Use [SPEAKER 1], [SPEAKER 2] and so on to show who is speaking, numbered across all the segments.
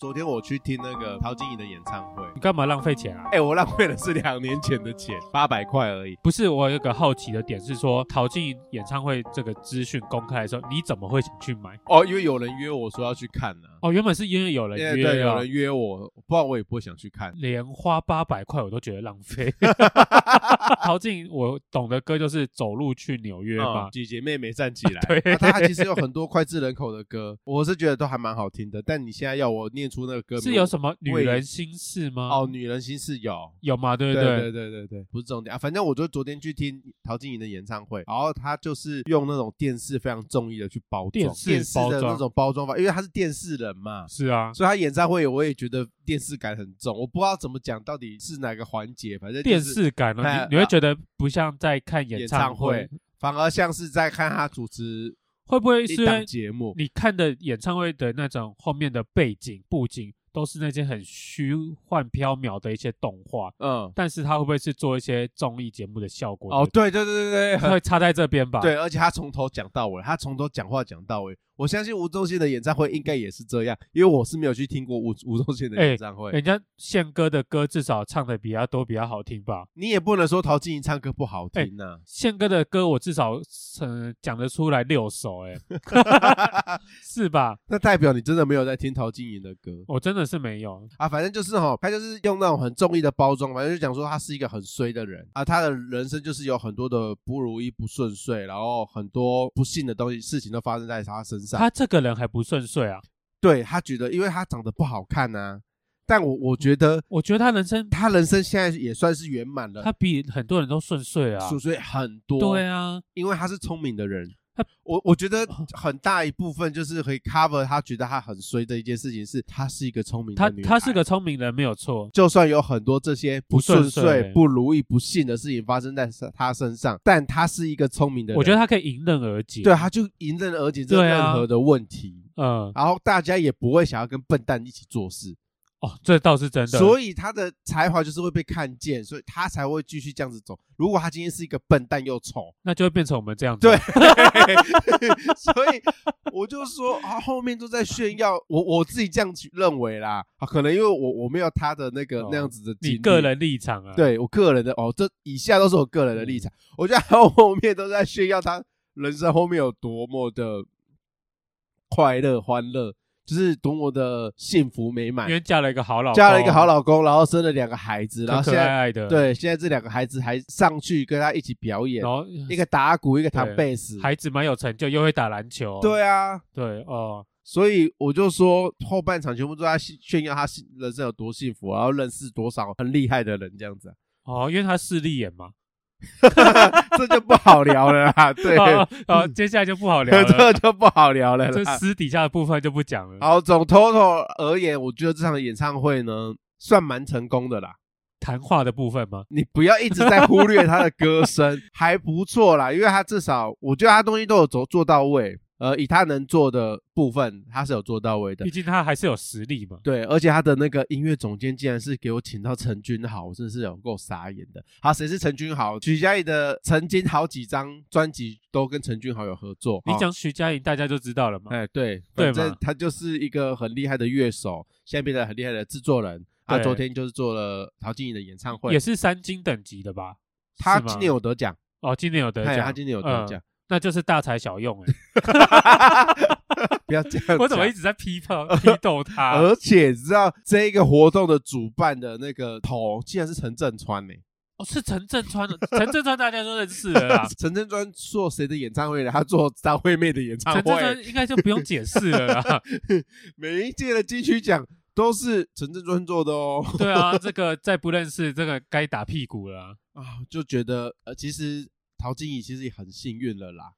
[SPEAKER 1] 昨天我去听那个陶晶莹的演唱会，
[SPEAKER 2] 你干嘛浪费钱啊？
[SPEAKER 1] 哎、我浪费的是两年前的钱，八百块而已。
[SPEAKER 2] 不是，我有一个好奇的点是说，陶晶莹演唱会这个资讯公开的时候，你怎么会想去买？
[SPEAKER 1] 哦，因为有人约我说要去看呢、
[SPEAKER 2] 哦，原本是因为有
[SPEAKER 1] 啊，
[SPEAKER 2] 人
[SPEAKER 1] 因为
[SPEAKER 2] 约
[SPEAKER 1] 对，有
[SPEAKER 2] 啊，
[SPEAKER 1] 人约我，不然我也不会想去看。
[SPEAKER 2] 连花八百块我都觉得浪 费。陶晶莹我懂的歌就是《走路去纽约》嘛
[SPEAKER 1] 嗯，姐姐妹妹站起 来。
[SPEAKER 2] 对
[SPEAKER 1] 那它其实有很多脍炙人口的歌，我是觉得都还蛮好听的。但你现在要我念出那个歌名，
[SPEAKER 2] 是有什么女
[SPEAKER 1] 为
[SPEAKER 2] 人心事吗？
[SPEAKER 1] 哦，，女人心事有。
[SPEAKER 2] 有吗？对不
[SPEAKER 1] 对对对对对，不是重点啊，反正我就昨天去听陶晶莹的演唱会，然后她就是用那种电视非常中意的去包装，
[SPEAKER 2] 电视包
[SPEAKER 1] 的那
[SPEAKER 2] 装
[SPEAKER 1] 种包装法，因为她是电视人嘛，
[SPEAKER 2] 是啊，
[SPEAKER 1] 所以她演唱会我也觉得电视感很重，我不知道怎么讲，到底是哪个环节，反正就是
[SPEAKER 2] 电视感
[SPEAKER 1] 哎
[SPEAKER 2] 哦，你你会觉得不像在看
[SPEAKER 1] 演
[SPEAKER 2] 演唱会，
[SPEAKER 1] 反而像是在看她主持
[SPEAKER 2] 会不会
[SPEAKER 1] 一
[SPEAKER 2] 是因
[SPEAKER 1] 档
[SPEAKER 2] 为
[SPEAKER 1] 节目。
[SPEAKER 2] 你看的演唱会的那种后面的背景布景都是那些很虚幻缥缈的一些动画，
[SPEAKER 1] 嗯，
[SPEAKER 2] 但是它会不会是做一些综艺节目的效果？
[SPEAKER 1] 哦，，对对对对对，很
[SPEAKER 2] 会插在这边吧？，
[SPEAKER 1] 对，而且他从头讲到尾，他从头讲话讲到尾。我相信吴宗宪的演唱会应该也是这样，因为我是没有去听过吴吴宗宪
[SPEAKER 2] 哎
[SPEAKER 1] 的演唱会。
[SPEAKER 2] 人家宪哥的歌至少唱的比较多，比较好听吧？
[SPEAKER 1] 你也不能说陶晶莹唱歌不好听呐、
[SPEAKER 2] 宪哥的歌我至少嗯、呃讲得出来六首、 欸，哎是吧？
[SPEAKER 1] 那代表你真的没有在听陶晶莹的歌
[SPEAKER 2] 我真的是没有，
[SPEAKER 1] 啊。反正就是哈、他就是用那种很中意的包装，反正就讲说他是一个很衰的人啊，他的人生就是有很多的不如意、不顺遂，然后很多不幸的东西、事情都发生在他身上。
[SPEAKER 2] 他这个人还不顺遂啊！
[SPEAKER 1] 对他觉得，因为他长得不好看呐、但我我觉得
[SPEAKER 2] 我觉得他人生
[SPEAKER 1] 他人生现在也算是圆满了。
[SPEAKER 2] 他比很多人都顺遂啊，
[SPEAKER 1] 琐碎很多，
[SPEAKER 2] 对，啊，
[SPEAKER 1] 因为他是聪明的人
[SPEAKER 2] 他。哦
[SPEAKER 1] 我我觉得很大一部分就是可以 cover 他觉得他很衰的一件事情是，他是一个聪明
[SPEAKER 2] 他
[SPEAKER 1] 的女孩。
[SPEAKER 2] 他是个，聪明人没有错，
[SPEAKER 1] 就算有很多这些不顺
[SPEAKER 2] 不顺
[SPEAKER 1] 遂
[SPEAKER 2] 遂、
[SPEAKER 1] 不如意、不幸的事情发生在他身上，但他是一个聪明的人。
[SPEAKER 2] 我觉得
[SPEAKER 1] 他
[SPEAKER 2] 他可以迎刃而解。
[SPEAKER 1] 对，他啊就迎刃而解这
[SPEAKER 2] 对啊
[SPEAKER 1] 任何的问题，
[SPEAKER 2] 嗯，
[SPEAKER 1] 然后大家也不会想要跟笨蛋一起做事，
[SPEAKER 2] 哦，这倒是真的。
[SPEAKER 1] 所
[SPEAKER 2] 以
[SPEAKER 1] 以他的才华就是会被看见，所以他才会继续这样子走。如果他今天是一个笨蛋又丑，
[SPEAKER 2] 那就会变成我们这样子。
[SPEAKER 1] 对，所以我就说啊，后面都在炫耀，我我自己这样去认为啦，啊、可能因为我我没有他的那个、
[SPEAKER 2] 哦
[SPEAKER 1] 那样子的经历
[SPEAKER 2] 你个。人立场啊，，嗯
[SPEAKER 1] 对我个人的哦，这以下都是我个人的立场。我觉得他后面都在炫耀他人生后面有多么的快乐、欢乐，就是多么的幸福美满
[SPEAKER 2] 因，为嫁了一个好老公，
[SPEAKER 1] 嫁了一个好老公，然后生了两个孩子，然
[SPEAKER 2] 可
[SPEAKER 1] 后现
[SPEAKER 2] 可
[SPEAKER 1] 在
[SPEAKER 2] 爱爱的，，
[SPEAKER 1] 对现在这两个孩子还上去跟他一起表演
[SPEAKER 2] 然，后
[SPEAKER 1] 一个打鼓，一个弹
[SPEAKER 2] 哦对
[SPEAKER 1] 贝斯，
[SPEAKER 2] 孩子蛮有成就，又会打篮球。
[SPEAKER 1] 对啊，
[SPEAKER 2] 对哦，
[SPEAKER 1] 所以我就说后半场全部都在炫耀他幸人生有多幸福，然后认识多少很厉害的人，这样子、
[SPEAKER 2] 哦，因为他势利眼嘛。
[SPEAKER 1] 啊， 这就不好聊了啦。对，
[SPEAKER 2] 哦，哦接下来就不好聊
[SPEAKER 1] 这
[SPEAKER 2] 了，
[SPEAKER 1] 就不好聊了
[SPEAKER 2] 这
[SPEAKER 1] 啦。
[SPEAKER 2] 私底下的部分就不讲了。
[SPEAKER 1] 好，总 total 而言，我觉得这场演唱会呢算蛮成功的啦。
[SPEAKER 2] 谈话的部分吗？
[SPEAKER 1] 你不要一直在忽略他的歌声， 还不错啦，因为他至少我觉得他东西都有做做到位，呃，以他能做的部分，他是有做到位的
[SPEAKER 2] 毕。竟他还是有实力 嘛。
[SPEAKER 1] 对，而且他的那个音乐总监竟然是给我请到陈君豪，我真的是有够傻眼的。好，谁是陈君豪？许佳怡的曾经好几张专辑都跟陈君豪有合作。
[SPEAKER 2] 你
[SPEAKER 1] 哦，
[SPEAKER 2] 讲徐佳莹，大家就知道了嘛。
[SPEAKER 1] 哎，对，
[SPEAKER 2] 对
[SPEAKER 1] 反正
[SPEAKER 2] 嘛
[SPEAKER 1] 他就是一个很厉害的乐手，现在变得很厉害的制作人。他
[SPEAKER 2] 对
[SPEAKER 1] 昨天就是做了陶晶莹的演唱
[SPEAKER 2] 也
[SPEAKER 1] 会，
[SPEAKER 2] 是三金等级的吧？
[SPEAKER 1] 他
[SPEAKER 2] 是吗
[SPEAKER 1] 今年有得奖，
[SPEAKER 2] 哦，今年有得
[SPEAKER 1] 哎，
[SPEAKER 2] 奖，
[SPEAKER 1] 他今年有得
[SPEAKER 2] 嗯
[SPEAKER 1] 奖，
[SPEAKER 2] 那就是大材小用哎、
[SPEAKER 1] 不要这样讲。
[SPEAKER 2] 我怎么一直在批判批斗他？
[SPEAKER 1] 而且你知道这个活动的主办的那个头竟然是陈振川呢、。
[SPEAKER 2] 哦，是陈振川的，陈振川大家都认识了啦
[SPEAKER 1] 陈振川做谁的演唱会呢？他做张惠妹的演唱
[SPEAKER 2] 陈振
[SPEAKER 1] 会。
[SPEAKER 2] 川应该就不用解释了啦。
[SPEAKER 1] 每一届的金曲奖都是陈振川做的哦。
[SPEAKER 2] 对啊，这个再不认识，这个该打屁股了啊。
[SPEAKER 1] 啊，就觉得呃，其实陶晶莹其实也很幸运了啦。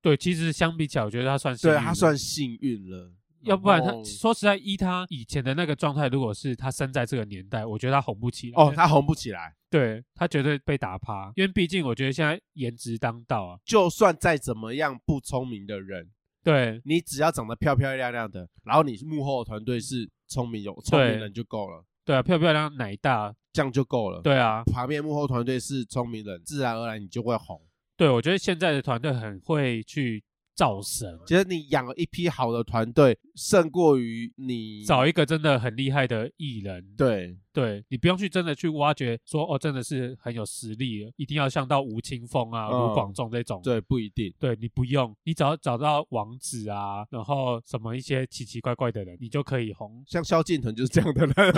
[SPEAKER 2] 对，其实相比起来，我觉得他算幸运
[SPEAKER 1] 对
[SPEAKER 2] 的
[SPEAKER 1] 她算幸运了，
[SPEAKER 2] 要不然他
[SPEAKER 1] 后
[SPEAKER 2] 说实在，依他以前的那个状态，如果是他生在这个年代，我觉得他红不起来。
[SPEAKER 1] 哦，她红不起来。
[SPEAKER 2] 对他绝对被打趴，因为毕竟我觉得现在颜值当道啊。
[SPEAKER 1] 就算再怎么样不聪明的人，
[SPEAKER 2] 对，
[SPEAKER 1] 你只要长得漂漂亮亮的，然后你幕后团队是聪明有聪明
[SPEAKER 2] 对
[SPEAKER 1] 人就够了，
[SPEAKER 2] 对啊，漂漂亮亮奶大，
[SPEAKER 1] 这样就够了。，
[SPEAKER 2] 对啊，
[SPEAKER 1] 旁边幕后团队是聪明人，自然而然你就会红。
[SPEAKER 2] 对我觉得现在的团队很会去造神，
[SPEAKER 1] 其实你养了一批好的团队，胜过于你
[SPEAKER 2] 找一个真的很厉害的艺人，
[SPEAKER 1] 对
[SPEAKER 2] 对你不用去真的去挖掘说哦，真的是很有实力，一定要像到吴青峰啊、
[SPEAKER 1] 嗯
[SPEAKER 2] 卢广仲这种，
[SPEAKER 1] 对不一定。
[SPEAKER 2] 对你不用，你只要找到王子啊，然后什么一些奇奇怪怪的人，你就可以红。
[SPEAKER 1] 像萧敬腾就是这样的人，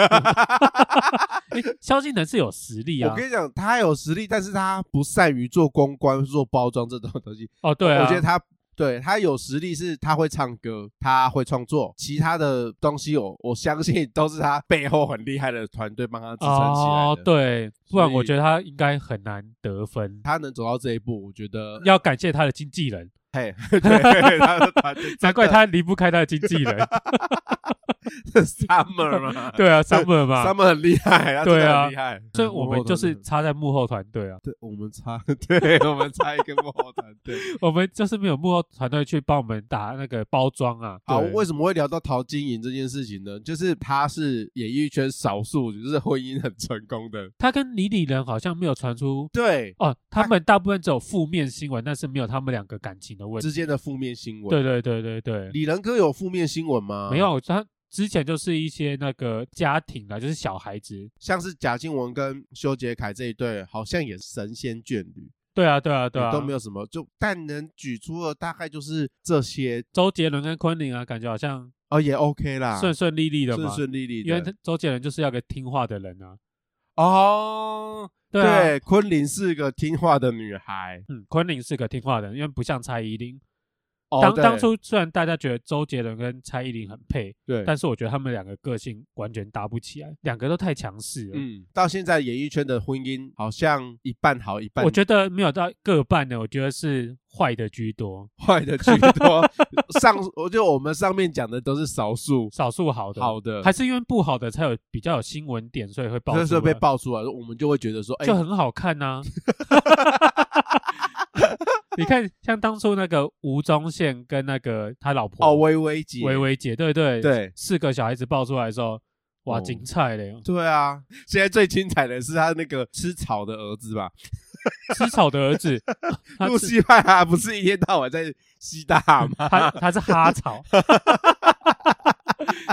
[SPEAKER 2] 哎，萧敬腾是有实力啊
[SPEAKER 1] 我，跟你讲，他有实力，但是他不善于做公关、做包装这种东西。
[SPEAKER 2] 哦，对啊，
[SPEAKER 1] 我觉得他对他有实力，是他会唱歌，他会创作，其他的东西我我相信都是他背后很厉害的团队帮他支撑起来
[SPEAKER 2] 哦
[SPEAKER 1] 的。，，
[SPEAKER 2] 对，不然
[SPEAKER 1] 所以
[SPEAKER 2] 我觉得他应该很难得分。
[SPEAKER 1] 他能走到这一步，我觉 得
[SPEAKER 2] 要感谢他的经纪人，
[SPEAKER 1] 嘿，对他的团队，
[SPEAKER 2] 难怪他离不开他的经纪 人。
[SPEAKER 1] Summer 嘛，
[SPEAKER 2] 对啊，Summer 嘛，
[SPEAKER 1] ，Summer 很厉害，他真
[SPEAKER 2] 对
[SPEAKER 1] 的
[SPEAKER 2] 啊
[SPEAKER 1] 很厉害。
[SPEAKER 2] 所以我们就是插在幕后团队啊，
[SPEAKER 1] 对，我们差， 对我们差一个幕后团 队。
[SPEAKER 2] 我们就是没有幕后团队去帮我们打那个包装啊。
[SPEAKER 1] 好，
[SPEAKER 2] 对
[SPEAKER 1] 为什么会聊到陶晶莹这件事情呢？就是她是演艺圈少数就是婚姻很成功的，
[SPEAKER 2] 他跟李李仁好像没有传出
[SPEAKER 1] 对
[SPEAKER 2] 哦，他们大部分只有负面新闻，但是没有他们两个感情的问
[SPEAKER 1] 之
[SPEAKER 2] 题。
[SPEAKER 1] 间的负面新闻。
[SPEAKER 2] 对对对对对，
[SPEAKER 1] 李仁哥有负面新闻吗？
[SPEAKER 2] 没，有他之前就是一些那个家庭啊，就是小孩子。
[SPEAKER 1] 像是贾静雯跟修杰楷这一对，好像也神仙眷侣，
[SPEAKER 2] 对啊对啊对啊，
[SPEAKER 1] 也都没有什么，就但能举出的大概就是这些，
[SPEAKER 2] 周杰伦跟昆凌啊，感觉好像
[SPEAKER 1] 哦，也 OK 啦，
[SPEAKER 2] 顺顺利利的嘛
[SPEAKER 1] 顺。顺利利
[SPEAKER 2] 因为
[SPEAKER 1] 的
[SPEAKER 2] 他。周杰伦就是要个听话的人啊。
[SPEAKER 1] 哦，
[SPEAKER 2] 对啊，
[SPEAKER 1] 昆凌是个听话的女孩。
[SPEAKER 2] 嗯，昆凌是个听话的人，因为不像蔡依林。
[SPEAKER 1] 哦
[SPEAKER 2] 当
[SPEAKER 1] 对
[SPEAKER 2] 当初虽然大家觉得周杰伦跟蔡依林很配，
[SPEAKER 1] 对，
[SPEAKER 2] 但是我觉得他们两个个性完全搭不起来，两个都太强势了。
[SPEAKER 1] 嗯，到现在演艺圈的婚姻好像一半好一半
[SPEAKER 2] 我觉得没有到各半的，我觉得是坏的居多，
[SPEAKER 1] 坏的居多。 上，我觉得我们上面讲的都是少数
[SPEAKER 2] 少数好的。
[SPEAKER 1] 好的，
[SPEAKER 2] 还是因为不好的才有比较有新闻点，所以会爆
[SPEAKER 1] 所
[SPEAKER 2] 出来。
[SPEAKER 1] 以说被爆出来，我们就会觉得说，哎
[SPEAKER 2] 就，很好 看呐、你看，像当初那个吴宗宪跟那个他老婆
[SPEAKER 1] 哦，微微姐，
[SPEAKER 2] 薇薇姐，对对，
[SPEAKER 1] 对
[SPEAKER 2] 四个小孩子爆出来的时候，哇，
[SPEAKER 1] 哦
[SPEAKER 2] 精彩嘞！
[SPEAKER 1] 对啊，现在最精彩的是他那个吃草的儿子吧，
[SPEAKER 2] 吃草的儿 子，他
[SPEAKER 1] 露
[SPEAKER 2] 是
[SPEAKER 1] 西派啊，不是一天到晚在吸 大吗？
[SPEAKER 2] 他他是 哈草，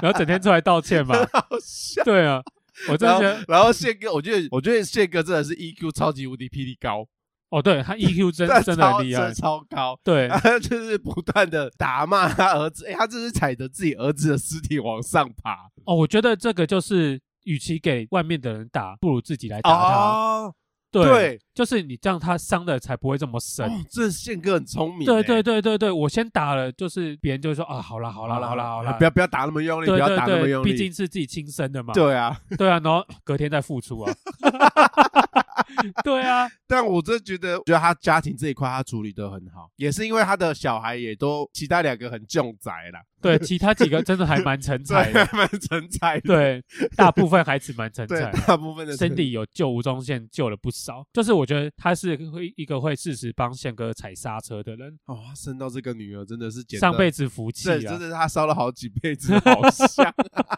[SPEAKER 2] 然后整天出来道歉嘛，
[SPEAKER 1] 好笑。
[SPEAKER 2] 对啊，我真
[SPEAKER 1] 然
[SPEAKER 2] 的
[SPEAKER 1] 后
[SPEAKER 2] 觉得，，
[SPEAKER 1] 然后宪哥，我觉得，我觉得宪哥真的是 EQ 超级无敌霹雳高，
[SPEAKER 2] 哦，对他 EQ 真
[SPEAKER 1] 他
[SPEAKER 2] 真的
[SPEAKER 1] 超
[SPEAKER 2] 很厉害，
[SPEAKER 1] 超高。
[SPEAKER 2] 对，
[SPEAKER 1] 他就是不断的打骂他儿子，哎、他这是踩着自己儿子的尸体往上爬。
[SPEAKER 2] 哦，我觉得这个就是，与其给外面的人打，不如自己来打他，
[SPEAKER 1] 哦，对
[SPEAKER 2] 对，就是你这样他伤的才不会这么深。
[SPEAKER 1] 哦这宪哥很聪明、
[SPEAKER 2] 对
[SPEAKER 1] 欸，
[SPEAKER 2] 对对对对，我先打了，就是别人就会说啊，好啦好
[SPEAKER 1] 好
[SPEAKER 2] 啦
[SPEAKER 1] 啦，
[SPEAKER 2] 好
[SPEAKER 1] 好啦，
[SPEAKER 2] 啦好
[SPEAKER 1] 好
[SPEAKER 2] 啦
[SPEAKER 1] 啦，，不要不要打那么用力，不
[SPEAKER 2] 对
[SPEAKER 1] 要打那么
[SPEAKER 2] 对对，
[SPEAKER 1] 用
[SPEAKER 2] 毕
[SPEAKER 1] 力
[SPEAKER 2] 竟。是自己亲生的嘛，
[SPEAKER 1] 对啊，
[SPEAKER 2] 对啊，然后隔天再付出 啊，对啊，
[SPEAKER 1] 但我真的觉得，觉得他家庭这一块他处理的很好，也是因为他的小孩也都其他两个很重宅啦，
[SPEAKER 2] 对，其他几个真的还蛮成才
[SPEAKER 1] 对，啊
[SPEAKER 2] 的，
[SPEAKER 1] 蛮成才的，
[SPEAKER 2] 对，大部分孩子蛮成
[SPEAKER 1] 对
[SPEAKER 2] 才，的。
[SPEAKER 1] 大部分的
[SPEAKER 2] Cindy 有救吴宗宪救了不少，就是我觉得他是会一个会适时帮宪哥踩刹车的人，
[SPEAKER 1] 哇、哦他生到这个女儿真的是简
[SPEAKER 2] 上辈子福气
[SPEAKER 1] 这
[SPEAKER 2] 啊
[SPEAKER 1] 真，的是他烧了好几辈子，好香。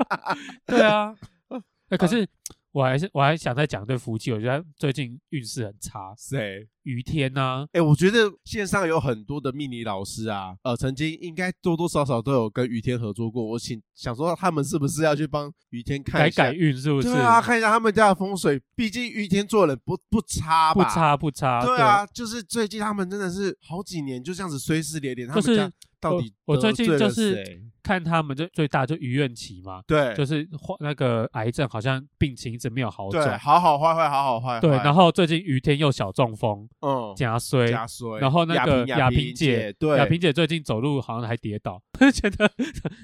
[SPEAKER 2] 对啊，
[SPEAKER 1] 哦
[SPEAKER 2] 哎，可是我还是我还想再讲一对福气，我觉得他最近运势很差，
[SPEAKER 1] 谁？
[SPEAKER 2] 于天啊呐、
[SPEAKER 1] 哎、我觉得线上有很多的命理老师啊，呃，曾经应该多多少少都有跟于天合作过。我请想说，他们是不是要去帮于天看
[SPEAKER 2] 改
[SPEAKER 1] 一下？
[SPEAKER 2] 改运是不是？
[SPEAKER 1] 对啊，看一下他们家的风水。毕竟于天做人不不差
[SPEAKER 2] 不
[SPEAKER 1] 吧？。
[SPEAKER 2] 差不差，
[SPEAKER 1] 对啊，就是最近他们真的是好几年就这样子虽事连连，他
[SPEAKER 2] 就是
[SPEAKER 1] 们家到底
[SPEAKER 2] 我我
[SPEAKER 1] 得
[SPEAKER 2] 最近
[SPEAKER 1] 罪了
[SPEAKER 2] 就是
[SPEAKER 1] 谁
[SPEAKER 2] 看他们最最大就于愿起嘛，
[SPEAKER 1] 对
[SPEAKER 2] 就是患那个癌症好像病情一直没有好
[SPEAKER 1] 对
[SPEAKER 2] 转，
[SPEAKER 1] 好好坏坏好好坏坏
[SPEAKER 2] 对，然后最近于天又小中风
[SPEAKER 1] 嗯
[SPEAKER 2] 加衰，
[SPEAKER 1] 加衰，
[SPEAKER 2] 然后那个
[SPEAKER 1] 亚
[SPEAKER 2] 亚
[SPEAKER 1] 萍
[SPEAKER 2] 萍姐
[SPEAKER 1] 对
[SPEAKER 2] 亚萍姐最近走路好像还跌倒， 觉得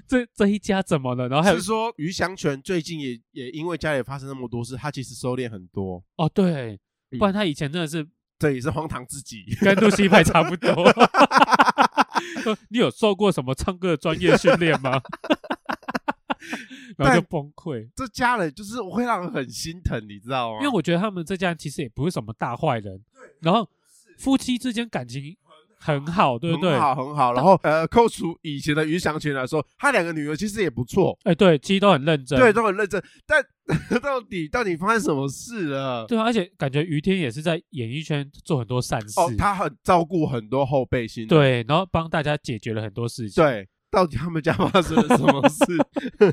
[SPEAKER 2] 这这一家怎么了？然后还有
[SPEAKER 1] 是说于祥全最近也也因为家里发生那么多事，他其实收敛很多。
[SPEAKER 2] 哦，对，
[SPEAKER 1] 嗯
[SPEAKER 2] 不然他以前真的是
[SPEAKER 1] 这也是荒唐至极。
[SPEAKER 2] 跟露西派差不 多。说你有受过什么唱歌的专业训练吗？ 然后就
[SPEAKER 1] 但
[SPEAKER 2] 崩溃，
[SPEAKER 1] 这家人就是会让人很心疼，你知道吗？
[SPEAKER 2] 因为我觉得他们这家人其实也不是什么大坏人，然后夫妻之间感情很好，对不对？
[SPEAKER 1] 很好很好。然后呃，扣除以前的余祥群来说，他两个女儿其实也不错，
[SPEAKER 2] 哎，对，其实都很认真，
[SPEAKER 1] 对，都很认真。但 到底到底发生什么事了？
[SPEAKER 2] 对啊，而且感觉于天也是在演艺圈做很多善事，
[SPEAKER 1] 哦，他很照顾很多后辈心。
[SPEAKER 2] 对，然后帮大家解决了很多事情。，
[SPEAKER 1] 对，到底他们家发生了什么事？
[SPEAKER 2] 这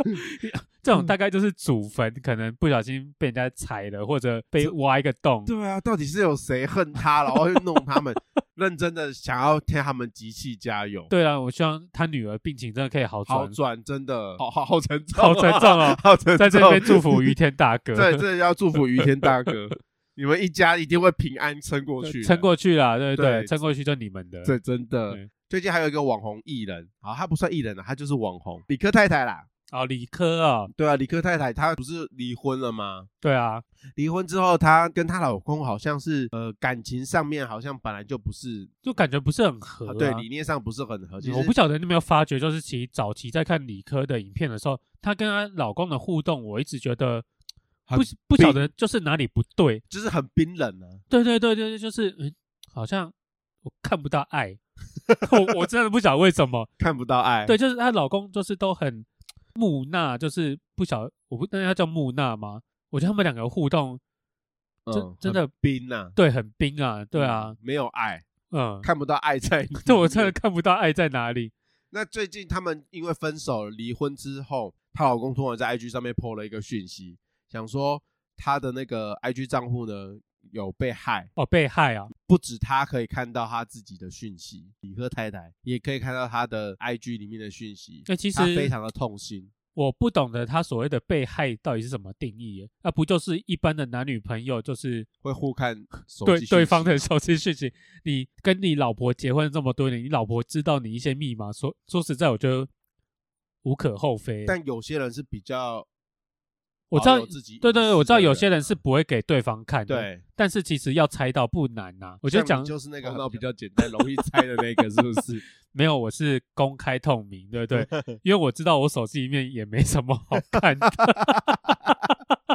[SPEAKER 1] 嗯
[SPEAKER 2] 种大概就是祖坟可能不小心被人家踩了，或者被挖一个洞。
[SPEAKER 1] 对啊，到底是有谁恨他，然后去弄他们？认真的想要替他们集气加油，
[SPEAKER 2] 对啊，我希望他女儿病情真的可以好
[SPEAKER 1] 好
[SPEAKER 2] 转。
[SPEAKER 1] 转，真的，好好好沉重，啊
[SPEAKER 2] 好沉重 哦
[SPEAKER 1] 好沉重。
[SPEAKER 2] 在这边祝福于天大 哥，
[SPEAKER 1] 对，这要祝福于天大哥，你们一家一定会平安撑过去，
[SPEAKER 2] 撑。过去啦，对
[SPEAKER 1] 对
[SPEAKER 2] 对，撑过去就你们的。
[SPEAKER 1] 这真的
[SPEAKER 2] 对。
[SPEAKER 1] 最近还有一个网红艺人，啊，他不算艺人了，他就是网红，理科太太啦。
[SPEAKER 2] 哦，理科啊，
[SPEAKER 1] 对啊，理科太太她不是离婚了吗？
[SPEAKER 2] 对啊，
[SPEAKER 1] 离婚之后，她跟她老公好像是呃感情上面好像本来就不是、
[SPEAKER 2] 就感觉不是很合
[SPEAKER 1] 啊
[SPEAKER 2] 啊。嗯
[SPEAKER 1] 对理念上不是很合。其实
[SPEAKER 2] 我不晓得你有没有发觉，就是其实早期在看理科的影片的时候，她跟她老公的互动，我一直觉得
[SPEAKER 1] 很
[SPEAKER 2] 不不晓得就是哪里不对。
[SPEAKER 1] 就是很冰冷啊，
[SPEAKER 2] 对对对对，就是嗯，好像我看不到爱， 我我真的不晓得为什 么。
[SPEAKER 1] 看不到爱。
[SPEAKER 2] 对，就是她老公就是都很木讷，就是不晓得我不那要叫木讷吗？我觉得他们两个互动
[SPEAKER 1] 嗯，
[SPEAKER 2] 真真的
[SPEAKER 1] 很冰呐、
[SPEAKER 2] 对很冰啊，对啊
[SPEAKER 1] 嗯，，没有爱，
[SPEAKER 2] 嗯，
[SPEAKER 1] 看不到爱 在里面。
[SPEAKER 2] 这我真的看不到爱在哪里。
[SPEAKER 1] 那最近他们因为分手了离婚之后，她老公突然在 IG 上面 PO 了一个讯息，想说她的那个 IG 账户呢有被害，
[SPEAKER 2] 哦，被害啊，
[SPEAKER 1] 不止她可以看到她自己的讯息，李贺太太也可以看到她的 IG 里面的讯息，
[SPEAKER 2] 那其实
[SPEAKER 1] 她非常的痛心。
[SPEAKER 2] 我不懂得他所谓的被害到底是什么定义耶，那、不就是一般的男女朋友，就是
[SPEAKER 1] 会互 看手机
[SPEAKER 2] 对
[SPEAKER 1] 讯息
[SPEAKER 2] 对方的手机讯息？你跟你老婆结婚这么多年，你老婆知道你一些密码，说说实在，我觉得无可厚非耶。
[SPEAKER 1] 但有些人是比较
[SPEAKER 2] 我知道
[SPEAKER 1] 保有自己
[SPEAKER 2] 对对对，我知道有些
[SPEAKER 1] 人
[SPEAKER 2] 人是不会给对方看的，，
[SPEAKER 1] 对，
[SPEAKER 2] 但是其实要猜到不难呐、我
[SPEAKER 1] 我
[SPEAKER 2] 觉得讲
[SPEAKER 1] 就是那个
[SPEAKER 2] 头脑
[SPEAKER 1] 比较简单、容易猜的那个，是不是？
[SPEAKER 2] 没有，我是公开透明，对不对？ 因为我知道我手机里面也没什么好看的，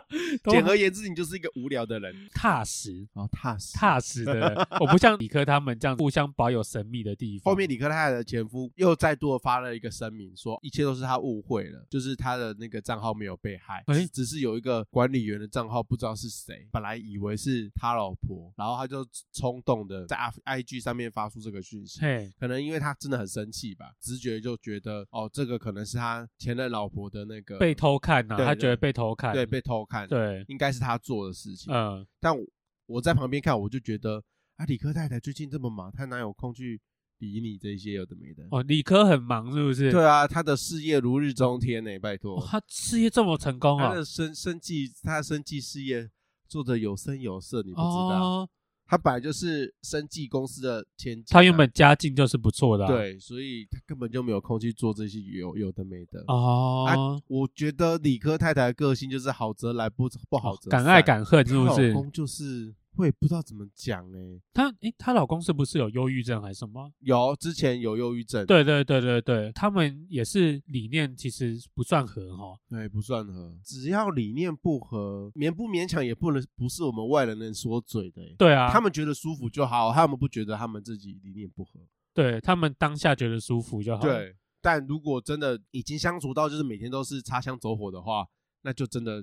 [SPEAKER 2] 都
[SPEAKER 1] 简而言之，你就是一个无聊的人，
[SPEAKER 2] 踏实。
[SPEAKER 1] 然后踏实
[SPEAKER 2] 踏实的人，我不像理科他们这样互相保有神秘的地方。
[SPEAKER 1] 后面李克泰的前夫又再度地发了一个声明，说一切都是他误会了，就是他的那个账号没有被害，
[SPEAKER 2] 哎
[SPEAKER 1] 只是有一个管理员的账号不知道是谁，本来以为是他老婆，然后他就冲动的在 I G 上面发出这个讯息。
[SPEAKER 2] 嘿，
[SPEAKER 1] 可能因为他真的很生气吧，直觉就觉得哦，这个可能是他前任老婆的那个
[SPEAKER 2] 被偷看呐、
[SPEAKER 1] 对
[SPEAKER 2] 他
[SPEAKER 1] 对
[SPEAKER 2] 觉得被偷看，
[SPEAKER 1] 对被偷看，，
[SPEAKER 2] 对，
[SPEAKER 1] 应该是他做的事情。
[SPEAKER 2] 嗯，
[SPEAKER 1] 但我我在旁边看，我就觉得啊，理科太太最近这么忙，她哪有空去理你这些有的没的？
[SPEAKER 2] 哦，理科很忙是不是？
[SPEAKER 1] 对啊，他的事业如日中天呢、拜托，
[SPEAKER 2] 哦他事业这么成功
[SPEAKER 1] 他
[SPEAKER 2] 啊
[SPEAKER 1] 的？生生计，他的生计事业做得有声有色，你不知道，
[SPEAKER 2] 哦，
[SPEAKER 1] 他本来就是生计公司的前景啊、
[SPEAKER 2] 他原本家境就是不错的、，啊
[SPEAKER 1] 对，所以他根本就没有空去做这些有有的没的。啊
[SPEAKER 2] 哦，
[SPEAKER 1] 我觉得理科太太的个性就是好则来，不不好则散
[SPEAKER 2] 哦敢爱敢恨是
[SPEAKER 1] 她
[SPEAKER 2] 不
[SPEAKER 1] 老
[SPEAKER 2] 是？
[SPEAKER 1] 公就是会不知道怎么讲哎、
[SPEAKER 2] 她诶，她老公是不是有忧郁症还是什么？
[SPEAKER 1] 有之前有忧郁症，
[SPEAKER 2] 对对对对对，他们也是理念其实不算合哦哈。
[SPEAKER 1] 对，哎不算合，只要理念不合，勉不勉强也不能不是我们外人能说嘴的、欸。
[SPEAKER 2] 对啊，
[SPEAKER 1] 他们觉得舒服就好，他们不觉得他们自己理念不合。
[SPEAKER 2] 对他们当下觉得舒服就好。，
[SPEAKER 1] 对，但如果真的已经相处到就是每天都是擦枪走火的话，那就真的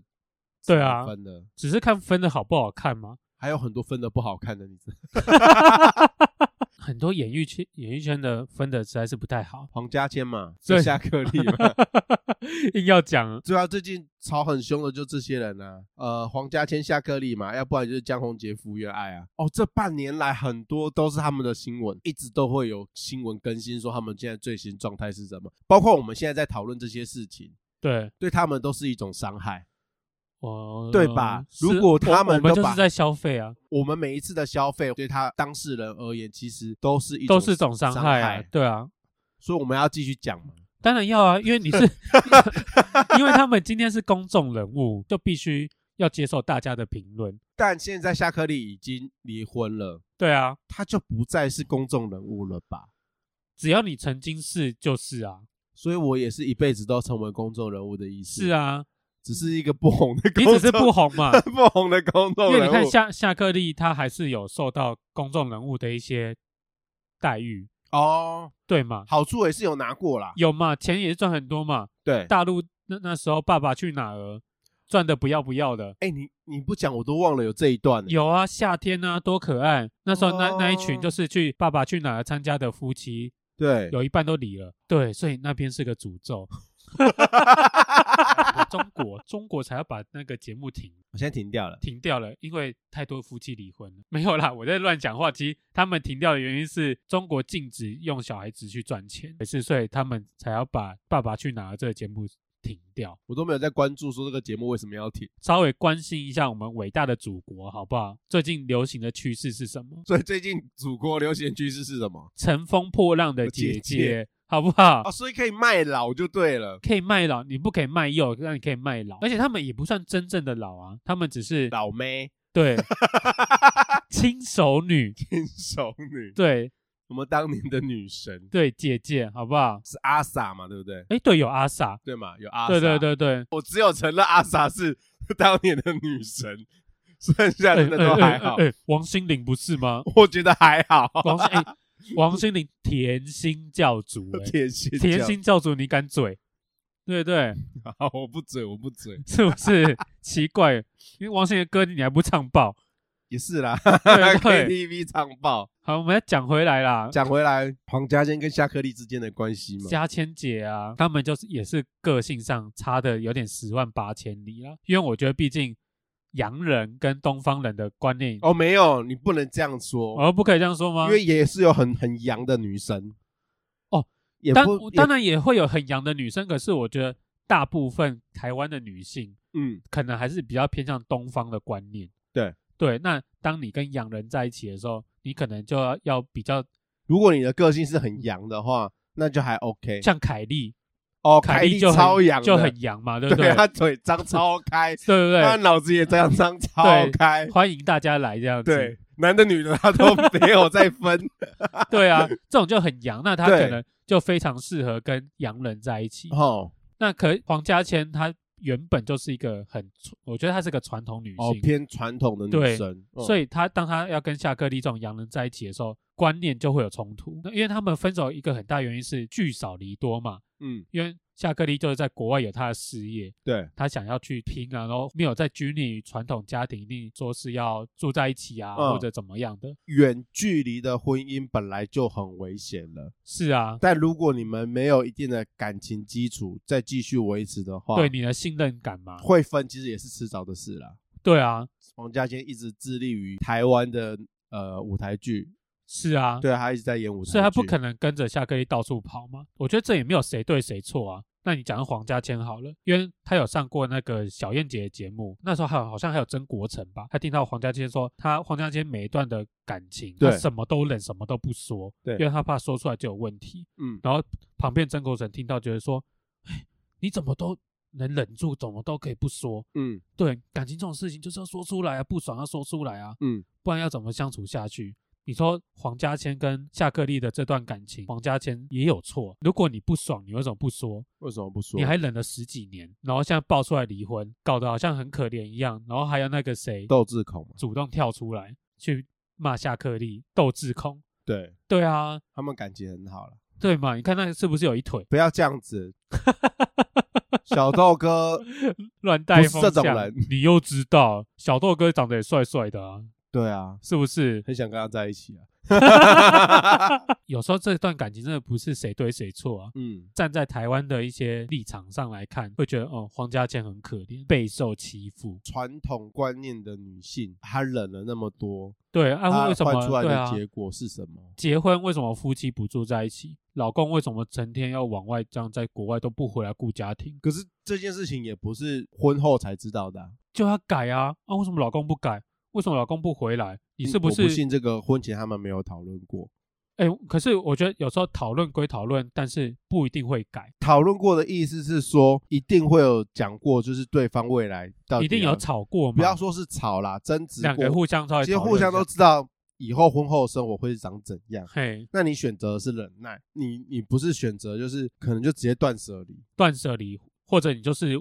[SPEAKER 2] 对
[SPEAKER 1] 只能
[SPEAKER 2] 啊
[SPEAKER 1] 分的。
[SPEAKER 2] 只是看分的好不好看嘛。
[SPEAKER 1] 还有很多分的不好看的，你知道？，
[SPEAKER 2] 很多演艺圈演艺圈的分的实在是不太好
[SPEAKER 1] 黄家千嘛，
[SPEAKER 2] 对
[SPEAKER 1] 是夏克立 嘛，
[SPEAKER 2] 硬要讲
[SPEAKER 1] 对啊，最近吵很凶的就这些人啊，呃，黄家千、夏克立嘛，要不然就是江宏杰、福原爱啊。哦，这半年来很多都是他们的新闻，一直都会有新闻更新说他们现在最新状态是什么，包括我们现在在讨论这些事情，
[SPEAKER 2] 对
[SPEAKER 1] 对他们都是一种伤害。
[SPEAKER 2] 我
[SPEAKER 1] 对吧
[SPEAKER 2] 哦是
[SPEAKER 1] 如果他们
[SPEAKER 2] 我我们
[SPEAKER 1] 都
[SPEAKER 2] 就
[SPEAKER 1] 把
[SPEAKER 2] 是在消费啊，
[SPEAKER 1] 我们每一次的消费，对他当事人而言，其实都是一
[SPEAKER 2] 都是
[SPEAKER 1] 种
[SPEAKER 2] 种伤害啊，对啊，
[SPEAKER 1] 所以我们要继续讲嘛。
[SPEAKER 2] 当然要啊，因为 你是因为他们今天是公众人物，就必须要接受大家的评论，
[SPEAKER 1] 但现在夏克立已经离婚了，
[SPEAKER 2] 对啊，
[SPEAKER 1] 他就不再是公众人物了吧？
[SPEAKER 2] 只要你曾经是就是啊，
[SPEAKER 1] 所以我也是一辈子都成为公众人物的意思。
[SPEAKER 2] 是，啊，
[SPEAKER 1] 只是一个不红的公
[SPEAKER 2] 你
[SPEAKER 1] 众，
[SPEAKER 2] 只是不红嘛，
[SPEAKER 1] 不红的公众
[SPEAKER 2] 因
[SPEAKER 1] 人物。
[SPEAKER 2] 为你看夏夏克立他还是有受到公众人物的一些待遇，
[SPEAKER 1] 哦，
[SPEAKER 2] 对嘛？
[SPEAKER 1] 好处也是有拿过啦，
[SPEAKER 2] 有嘛，钱也是赚很多嘛。
[SPEAKER 1] 对，
[SPEAKER 2] 大陆那那时候《爸爸去哪儿》赚的不要不要的，
[SPEAKER 1] 哎，你你不讲我都忘了有这一段了，
[SPEAKER 2] 有啊，夏天啊，多可爱！那时候那、那一群
[SPEAKER 1] 哦
[SPEAKER 2] 就是去《爸爸去哪儿》参加的夫妻，
[SPEAKER 1] 对，
[SPEAKER 2] 有一半都离了。对，所以那边是个诅 咒。中国中国才要把那个节目停
[SPEAKER 1] 我现在停掉了，
[SPEAKER 2] 停掉了，因为太多夫妻离婚了。没有啦，我在乱讲话。其实他们停掉的原因是中国禁止用小孩子去赚钱，也是所以他们才要把《爸爸去哪儿》这个节目停掉。
[SPEAKER 1] 我都没有在关注说这个节目为什么要停，
[SPEAKER 2] 稍微关心一下我们伟大的祖国，好不好？最近流行的趋势是什么？
[SPEAKER 1] 所以最近祖国流行趋势是什么？
[SPEAKER 2] 乘风破浪的姐
[SPEAKER 1] 姐
[SPEAKER 2] 姐
[SPEAKER 1] 姐，
[SPEAKER 2] 好不好
[SPEAKER 1] 啊，？所以可以卖老就对了，
[SPEAKER 2] 可以卖老，你不可以卖幼，但你可以卖老。而且他们也不算真正的老啊，他们只是
[SPEAKER 1] 哦老妹、
[SPEAKER 2] 对 亲手女，
[SPEAKER 1] 天手女，
[SPEAKER 2] 对
[SPEAKER 1] 我们当年的女神
[SPEAKER 2] 对姐姐，好不好？
[SPEAKER 1] 是阿 sa 嘛，对不对？
[SPEAKER 2] 哎，对，有阿 sa，
[SPEAKER 1] 对嘛，有阿 sa，
[SPEAKER 2] 对对，对对，
[SPEAKER 1] 我只有承认阿 sa 是当年的女神，剩下的
[SPEAKER 2] 哎
[SPEAKER 1] 那都还好，
[SPEAKER 2] 哎，王心凌不 是吗？
[SPEAKER 1] 我觉得还好。
[SPEAKER 2] 王 心哎，王心凌甜心教主，哎，
[SPEAKER 1] 甜心，
[SPEAKER 2] 甜，心教主，你敢嘴？对对，
[SPEAKER 1] 好，我不嘴，我不嘴，
[SPEAKER 2] 是不是 奇怪？因为王心凌的歌你还不唱爆？
[SPEAKER 1] 也是啦
[SPEAKER 2] 对对
[SPEAKER 1] ，KTV 唱爆。
[SPEAKER 2] 好，我们要讲回来啦，
[SPEAKER 1] 讲回来，黄家千跟夏克立之间的关系嘛，
[SPEAKER 2] 嘉千姐啊，他们就是也是个性上差的有点十万八千里啦。因为我觉得，毕竟洋人跟东方人的观念，
[SPEAKER 1] 哦，没有，你不能这样说，
[SPEAKER 2] 哦，不可以这样说吗
[SPEAKER 1] 因？为也是有很很洋的女生
[SPEAKER 2] 哦，
[SPEAKER 1] 也
[SPEAKER 2] 当
[SPEAKER 1] 不，
[SPEAKER 2] 当
[SPEAKER 1] 然，
[SPEAKER 2] 然也会有很洋的女生，可是我觉得大部分台湾的女性
[SPEAKER 1] 嗯，
[SPEAKER 2] 可能还是比较偏向东方的观念。
[SPEAKER 1] 对
[SPEAKER 2] 对，那当你跟洋人在一起的时候，你可能就要要比较
[SPEAKER 1] 如果你的个性是很洋的话，那就还 OK。
[SPEAKER 2] 像凯莉，
[SPEAKER 1] 哦，
[SPEAKER 2] 凯
[SPEAKER 1] 莉
[SPEAKER 2] 就很
[SPEAKER 1] 超洋的，
[SPEAKER 2] 就很洋嘛，对不
[SPEAKER 1] 对啊
[SPEAKER 2] 对？，
[SPEAKER 1] 他腿张超开
[SPEAKER 2] 对不
[SPEAKER 1] 他
[SPEAKER 2] 对？
[SPEAKER 1] 脑子也这样张超开，
[SPEAKER 2] 欢迎大家来这样子。
[SPEAKER 1] 对，男的女的他都没有在 分，
[SPEAKER 2] 对啊，这种就很洋，那他
[SPEAKER 1] 对
[SPEAKER 2] 可能就非常适合跟洋人在一起。
[SPEAKER 1] 哦
[SPEAKER 2] 那可黄嘉千她原本就是一个很传，我觉得她是个传统女
[SPEAKER 1] 哦
[SPEAKER 2] 性，
[SPEAKER 1] 偏传统的
[SPEAKER 2] 对
[SPEAKER 1] 女生，嗯
[SPEAKER 2] 所以她当她要跟夏克立这种洋人在一起的时候，观念就会有冲突。那因为他们分手一个很大原因是聚少离多嘛，
[SPEAKER 1] 嗯
[SPEAKER 2] 因为夏克立就是在国外有他的事业，
[SPEAKER 1] 对
[SPEAKER 2] 他想要去拼啊，然后没有在拘泥于传统家庭，一定说是要住在一起啊，
[SPEAKER 1] 嗯
[SPEAKER 2] 或者怎么样的。
[SPEAKER 1] 远距离的婚姻本来就很危险了，
[SPEAKER 2] 是啊，
[SPEAKER 1] 但如果你们没有一定的感情基础再继续维持的话，
[SPEAKER 2] 对你的信任感嘛，
[SPEAKER 1] 会分其实也是迟早的事啦。
[SPEAKER 2] 对啊，
[SPEAKER 1] 黄家千一直致力于台湾的呃舞台剧，
[SPEAKER 2] 是啊，
[SPEAKER 1] 对他一直在演舞台剧，
[SPEAKER 2] 所以他不可能跟着夏克立到处跑嘛。我觉得这也没有谁对谁错啊。那你讲到黄家千好了，因为他有上过那个小燕姐的节目，那时候还有好像还有曾国成吧。他听到黄家千说，他黄家千每一段的感情，他
[SPEAKER 1] 对
[SPEAKER 2] 什么都忍，什么都不说，
[SPEAKER 1] 对
[SPEAKER 2] 因为他怕说出来就有问题。
[SPEAKER 1] 嗯
[SPEAKER 2] 然后旁边曾国成听到，觉得说，哎，你怎么都能忍住，怎么都可以不说？
[SPEAKER 1] 嗯
[SPEAKER 2] 对，感情这种事情就是要说出来啊，不爽要说出来啊。
[SPEAKER 1] 嗯，
[SPEAKER 2] 不然要怎么相处下去？你说黄家千跟夏克立的这段感情，黄家千也有错。如果你不爽，你为什么不说？
[SPEAKER 1] 为什么不说？
[SPEAKER 2] 你还忍了十几年，然后现在爆出来离婚，搞得好像很可怜一样。然后还有那个谁
[SPEAKER 1] 斗志孔嘛？
[SPEAKER 2] 主动跳出来去骂夏克立，斗智控。
[SPEAKER 1] 对
[SPEAKER 2] 对啊，
[SPEAKER 1] 他们感情很好了，
[SPEAKER 2] 对嘛？你看那个是不是有一腿
[SPEAKER 1] 不要这样子。小豆哥，
[SPEAKER 2] 乱带
[SPEAKER 1] 不是
[SPEAKER 2] 风
[SPEAKER 1] 这种
[SPEAKER 2] 向
[SPEAKER 1] 人？
[SPEAKER 2] 你又知道小豆哥长得也帅帅的啊，
[SPEAKER 1] 对啊，
[SPEAKER 2] 是不是？
[SPEAKER 1] 很想跟他在一起啊。
[SPEAKER 2] 有时候这段感情真的不是谁对谁错啊，
[SPEAKER 1] 嗯，
[SPEAKER 2] 站在台湾的一些立场上来看，会觉得哦，黄家千很可怜，备受欺负。
[SPEAKER 1] 传统观念的女性，她忍了那么多，
[SPEAKER 2] 对啊，
[SPEAKER 1] 她
[SPEAKER 2] 为什
[SPEAKER 1] 换出
[SPEAKER 2] 么
[SPEAKER 1] 来
[SPEAKER 2] 对
[SPEAKER 1] 的
[SPEAKER 2] 啊？
[SPEAKER 1] 结果是什么？
[SPEAKER 2] 结婚为什么夫妻不住在一起？老公为什么成天要往外这样，在国外都不回来顾家庭？
[SPEAKER 1] 可是这件事情也不是婚后才知道的啊、
[SPEAKER 2] 就要改啊！啊，为什么老公不改？为什么老公不回来？你是
[SPEAKER 1] 嗯我
[SPEAKER 2] 是
[SPEAKER 1] 不？信这个婚前他们没有讨论过？
[SPEAKER 2] 哎、可是我觉得有时候讨论归讨论，但是不一定会改，
[SPEAKER 1] 讨论过的意思是说，一定会有讲过，就是对方未来到底
[SPEAKER 2] 一定有
[SPEAKER 1] 要，
[SPEAKER 2] 吵过嘛？
[SPEAKER 1] 不要说是吵啦，争执
[SPEAKER 2] 两
[SPEAKER 1] 过
[SPEAKER 2] 个，互相稍微
[SPEAKER 1] 其实
[SPEAKER 2] 讨论
[SPEAKER 1] 互相
[SPEAKER 2] 一下
[SPEAKER 1] 都知道以后婚后生活会是长怎样。
[SPEAKER 2] 嘿
[SPEAKER 1] 那你选择的是忍耐，你你不是选择就是可能就直接断舍离，
[SPEAKER 2] 断舍离，或者你就是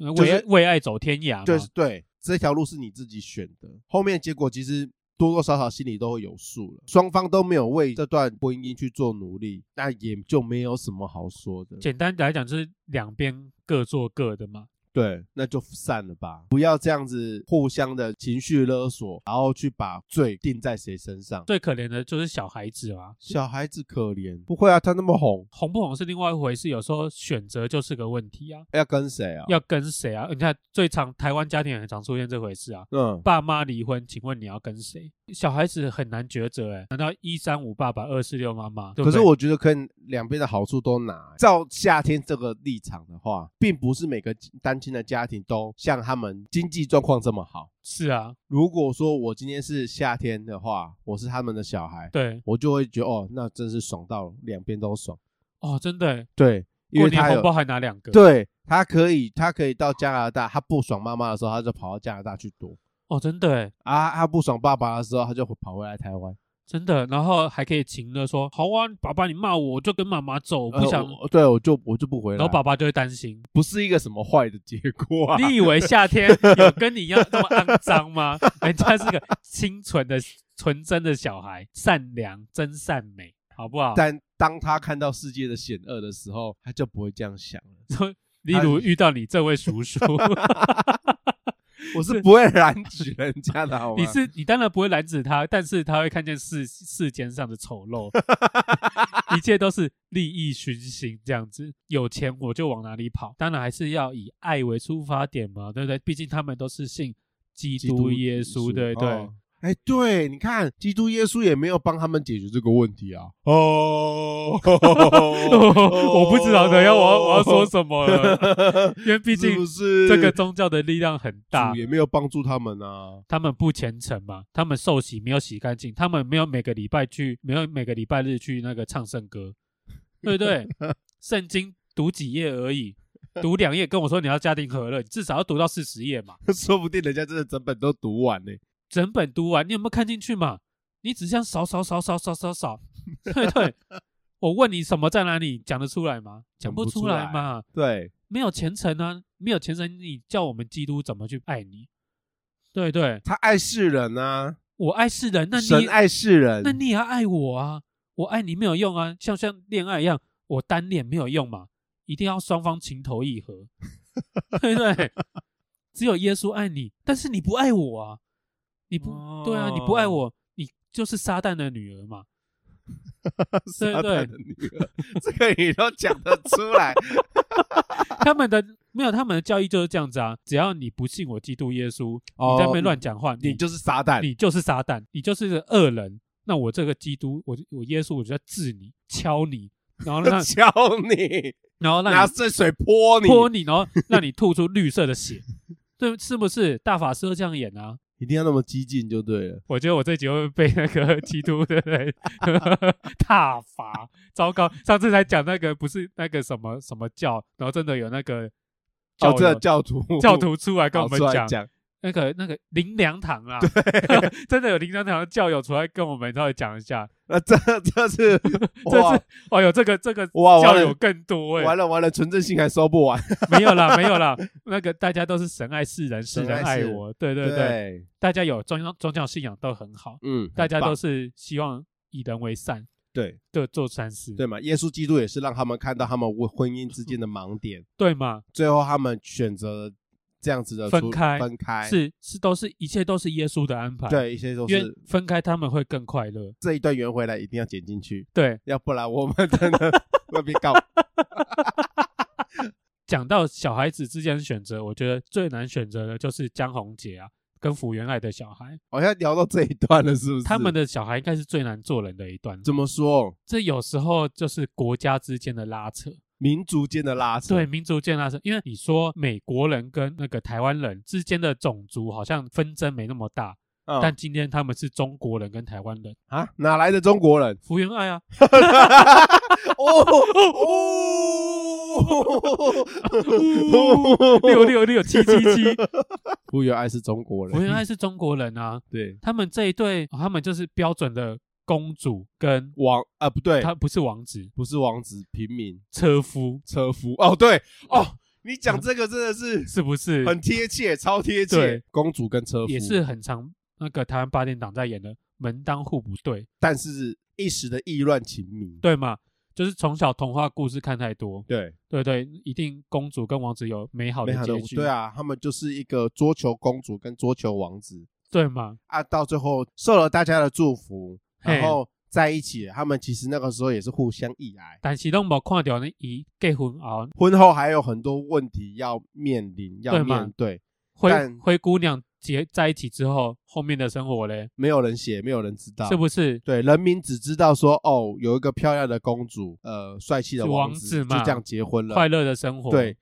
[SPEAKER 2] 呃
[SPEAKER 1] 就
[SPEAKER 2] 为
[SPEAKER 1] 是
[SPEAKER 2] 为爱走天涯嘛？
[SPEAKER 1] 就是对这条路是你自己选的，后面结果其实多多少少心里都会有数了。双方都没有为这段婚姻去做努力，那也就没有什么好说的。
[SPEAKER 2] 简单来讲，就是两边各做各的嘛。
[SPEAKER 1] 对，那就散了吧，不要这样子互相的情绪勒索，然后去把罪定在谁身上。
[SPEAKER 2] 最可怜的就是小孩子啊，
[SPEAKER 1] 小孩子可怜，不会啊，他那么红，
[SPEAKER 2] 红不红是另外一回事，有时候选择就是个问题啊，
[SPEAKER 1] 要跟谁啊？
[SPEAKER 2] 要跟谁啊？你看最常台湾家庭也很常出现这回事啊。
[SPEAKER 1] 嗯，
[SPEAKER 2] 爸妈离婚，请问你要跟谁？小孩子很难抉择哎、难道一三五爸爸，二四六妈妈？对不
[SPEAKER 1] 可是
[SPEAKER 2] 对
[SPEAKER 1] 我觉得可以两边的好处都拿。欸照夏天这个立场的话，并不是每个单亲的家庭都像他们经济状况这么好。
[SPEAKER 2] 是啊，
[SPEAKER 1] 如果说我今天是夏天的话，我是他们的小孩，
[SPEAKER 2] 对
[SPEAKER 1] 我就会觉得哦，那真是爽到两边都爽。
[SPEAKER 2] 哦，真的耶，
[SPEAKER 1] 对，因
[SPEAKER 2] 过
[SPEAKER 1] 为
[SPEAKER 2] 年
[SPEAKER 1] 他
[SPEAKER 2] 红
[SPEAKER 1] 有
[SPEAKER 2] 包还拿两个，
[SPEAKER 1] 对他可以，他可以到加拿大，他不爽妈妈的时候，他就跑到加拿大去躲
[SPEAKER 2] 哦，真的耶，
[SPEAKER 1] 啊；他不爽爸爸的时候，他就跑回来台湾。
[SPEAKER 2] 真的，然后还可以情勒说，好啊，爸爸你骂我，我就跟妈妈走，我不
[SPEAKER 1] 呃
[SPEAKER 2] 想。
[SPEAKER 1] 我对啊我就我就不回来。
[SPEAKER 2] 然后爸爸就会担心，
[SPEAKER 1] 不是一个什么坏的结果啊。
[SPEAKER 2] 你以为夏天有跟你一样那么肮脏吗？人家是个清纯的、纯真的小孩，善良、真善美，好不好？
[SPEAKER 1] 但当他看到世界的险恶的时候，他就不会这样想 了。
[SPEAKER 2] 例如遇到你这位叔叔，
[SPEAKER 1] 我是不会拦取人家的，好吗？
[SPEAKER 2] 你是你当然不会拦止他，但是他会看见世 世间上的丑陋， 一切都是利益熏心这样子。有钱我就往哪里跑，当然还是要以爱为出发点嘛，对不对？毕竟他们都是信基督耶稣，对不对？
[SPEAKER 1] 哦哎，对，你看，基督耶稣也没有帮他们解决这个问题啊。哦，
[SPEAKER 2] 我不知道等一下我要我要说什 么了，
[SPEAKER 1] 么
[SPEAKER 2] 因为毕
[SPEAKER 1] 是
[SPEAKER 2] 竟
[SPEAKER 1] 不是
[SPEAKER 2] 这个宗教的力量很大
[SPEAKER 1] 主，也没有帮助他们 啊。
[SPEAKER 2] 他们不虔诚嘛，他们受洗没有洗干净，他们没有每个礼拜去，没有每个礼拜日去那个唱 圣歌，对不对？圣经读几页 而已，读两页跟我说你要家庭和乐，你至少要读到四十页嘛，
[SPEAKER 1] 说不定人家真的整本都读完呢、
[SPEAKER 2] 整本读完，你有没有看进去嘛？你只想扫扫扫扫扫 扫扫，对不对？我问你什么在哪里，讲得出来吗？讲不出来
[SPEAKER 1] 讲不出
[SPEAKER 2] 嘛，
[SPEAKER 1] 对，
[SPEAKER 2] 没有虔诚啊，没有虔诚，你叫我们基督怎么去爱你？对不对，
[SPEAKER 1] 他爱世人啊，
[SPEAKER 2] 我爱世人，那你
[SPEAKER 1] 神爱世人，
[SPEAKER 2] 那你也要爱我啊！我爱你没有用啊，像像恋爱一样，我单恋没有用嘛，一定要双方情投意合， 对不对？只有耶稣爱你，但是你不爱我啊！你
[SPEAKER 1] 哦
[SPEAKER 2] 不、对啊，你不爱我，你就是撒旦的女儿嘛。对
[SPEAKER 1] 哦撒
[SPEAKER 2] 不
[SPEAKER 1] 旦
[SPEAKER 2] 对
[SPEAKER 1] 的女儿， 这个你都讲得出来，
[SPEAKER 2] 他们的没有他们的教义就是这样子啊，只要你不信我基督耶稣，
[SPEAKER 1] 哦
[SPEAKER 2] 你在那边乱讲话，
[SPEAKER 1] 你就是撒旦，
[SPEAKER 2] 你就是撒旦，你就是个恶人。那我这个基督，我我耶稣，我就要治你、敲你，然后 让
[SPEAKER 1] 敲你，
[SPEAKER 2] 然后让你
[SPEAKER 1] 拿这水泼你，
[SPEAKER 2] 泼你，然后让你吐出绿色的 血，对，是不是？大法师都这样演啊？
[SPEAKER 1] 一定要那么激进就对了。
[SPEAKER 2] 我觉得我这集会被那个基督的 人踏伐，糟糕！上次才讲那个不是那个什么什么教，然后真的有那个教
[SPEAKER 1] 哦，这
[SPEAKER 2] 友
[SPEAKER 1] 教徒，
[SPEAKER 2] 教徒出来跟我
[SPEAKER 1] 跑
[SPEAKER 2] 们
[SPEAKER 1] 出来
[SPEAKER 2] 讲，
[SPEAKER 1] 讲，
[SPEAKER 2] 那个那个林良堂啊， 真的有林良堂的教友出来跟我们稍微讲一下。
[SPEAKER 1] 那这这是
[SPEAKER 2] 这
[SPEAKER 1] 哇
[SPEAKER 2] 是哦哟，这个这个
[SPEAKER 1] 哇
[SPEAKER 2] 教
[SPEAKER 1] 完
[SPEAKER 2] 友
[SPEAKER 1] 了
[SPEAKER 2] 更多哎、
[SPEAKER 1] 完了完了，纯正性还收不完，
[SPEAKER 2] 没有啦没有啦，那个大家都是神爱世人，世
[SPEAKER 1] 神
[SPEAKER 2] 人
[SPEAKER 1] 爱
[SPEAKER 2] 爱
[SPEAKER 1] 世
[SPEAKER 2] 我，对对对。
[SPEAKER 1] 对，
[SPEAKER 2] 大家有宗教宗教信仰都很好，
[SPEAKER 1] 嗯，
[SPEAKER 2] 大家
[SPEAKER 1] 很棒
[SPEAKER 2] 都是希望以人为善，
[SPEAKER 1] 对
[SPEAKER 2] 对，做善事，
[SPEAKER 1] 对嘛，耶稣基督也是让他们看到他们婚婚姻之间的盲点，
[SPEAKER 2] 对吗？
[SPEAKER 1] 最后他们选择这样子的
[SPEAKER 2] 分
[SPEAKER 1] 出
[SPEAKER 2] 开
[SPEAKER 1] 分开，
[SPEAKER 2] 是是，都是一切都是耶稣的安排，，
[SPEAKER 1] 哎对一些都
[SPEAKER 2] 因为
[SPEAKER 1] 是
[SPEAKER 2] 分开他们会更快乐，
[SPEAKER 1] 这一段圆回来一定要剪进去，
[SPEAKER 2] 对。
[SPEAKER 1] 要不然我们真的会被告。
[SPEAKER 2] 讲到小孩子之间的选择，我觉得最难选择的就是江宏杰啊，跟福原爱的小孩，
[SPEAKER 1] 好像聊到这一段了，是不是？
[SPEAKER 2] 他们的小孩应该是最难做人的一段。
[SPEAKER 1] 怎么说？
[SPEAKER 2] 这有时候就是国家之间的拉扯，
[SPEAKER 1] 民族间的拉扯，
[SPEAKER 2] 对，民族间拉扯，因为你说美国人跟那个台湾人之间的种族好像纷争没那么大，
[SPEAKER 1] 嗯，
[SPEAKER 2] 但今天他们是中国人跟台湾人，？
[SPEAKER 1] 啊，哪来的中国人
[SPEAKER 2] 福原爱啊，
[SPEAKER 1] 哦哦，
[SPEAKER 2] 六 六六七七七，
[SPEAKER 1] 不原爱是中国
[SPEAKER 2] 福
[SPEAKER 1] 人，
[SPEAKER 2] 原爱是中国人啊，
[SPEAKER 1] 对，
[SPEAKER 2] 他们这一对，哦他们就是标准的公主跟
[SPEAKER 1] 王啊不对，
[SPEAKER 2] 他不是王子，
[SPEAKER 1] 不是王子，平民
[SPEAKER 2] 车夫
[SPEAKER 1] 车夫。哦，对哦，你
[SPEAKER 2] 嗯
[SPEAKER 1] 讲这个真的是
[SPEAKER 2] 是不是
[SPEAKER 1] 很贴切，超贴
[SPEAKER 2] 对
[SPEAKER 1] 切。公主跟车夫
[SPEAKER 2] 也是很常那个台湾八点档在演的《门当户不对》，
[SPEAKER 1] 但是一时的意乱情迷。
[SPEAKER 2] 对吗？就是从小童话故事看太多，
[SPEAKER 1] 对，
[SPEAKER 2] 对对，一定公主跟王子有美好的
[SPEAKER 1] 美好
[SPEAKER 2] 结
[SPEAKER 1] 的
[SPEAKER 2] 局，
[SPEAKER 1] 对，啊，他们就是一个桌球公主跟桌球王子
[SPEAKER 2] 对吗？
[SPEAKER 1] 啊，到最后受了大家的祝福，
[SPEAKER 2] 嘿
[SPEAKER 1] 然后在一起。他们其实那个时候也是互相意爱，
[SPEAKER 2] 但是都没看到呢，伊结婚后，
[SPEAKER 1] 婚后还有很多问题要面临，要
[SPEAKER 2] 对嘛
[SPEAKER 1] 面对，
[SPEAKER 2] 灰
[SPEAKER 1] 但
[SPEAKER 2] 灰姑娘结在一起之后，后面的生活嘞，
[SPEAKER 1] 没有人写，没有人知道
[SPEAKER 2] 是。不是？
[SPEAKER 1] 对，人民只知道说，哦，有一个漂亮的公主，呃，帅气的
[SPEAKER 2] 是
[SPEAKER 1] 王
[SPEAKER 2] 王
[SPEAKER 1] 子，
[SPEAKER 2] 子
[SPEAKER 1] 就
[SPEAKER 2] 嘛
[SPEAKER 1] 这样结婚了。
[SPEAKER 2] 快乐的生活，
[SPEAKER 1] 对，，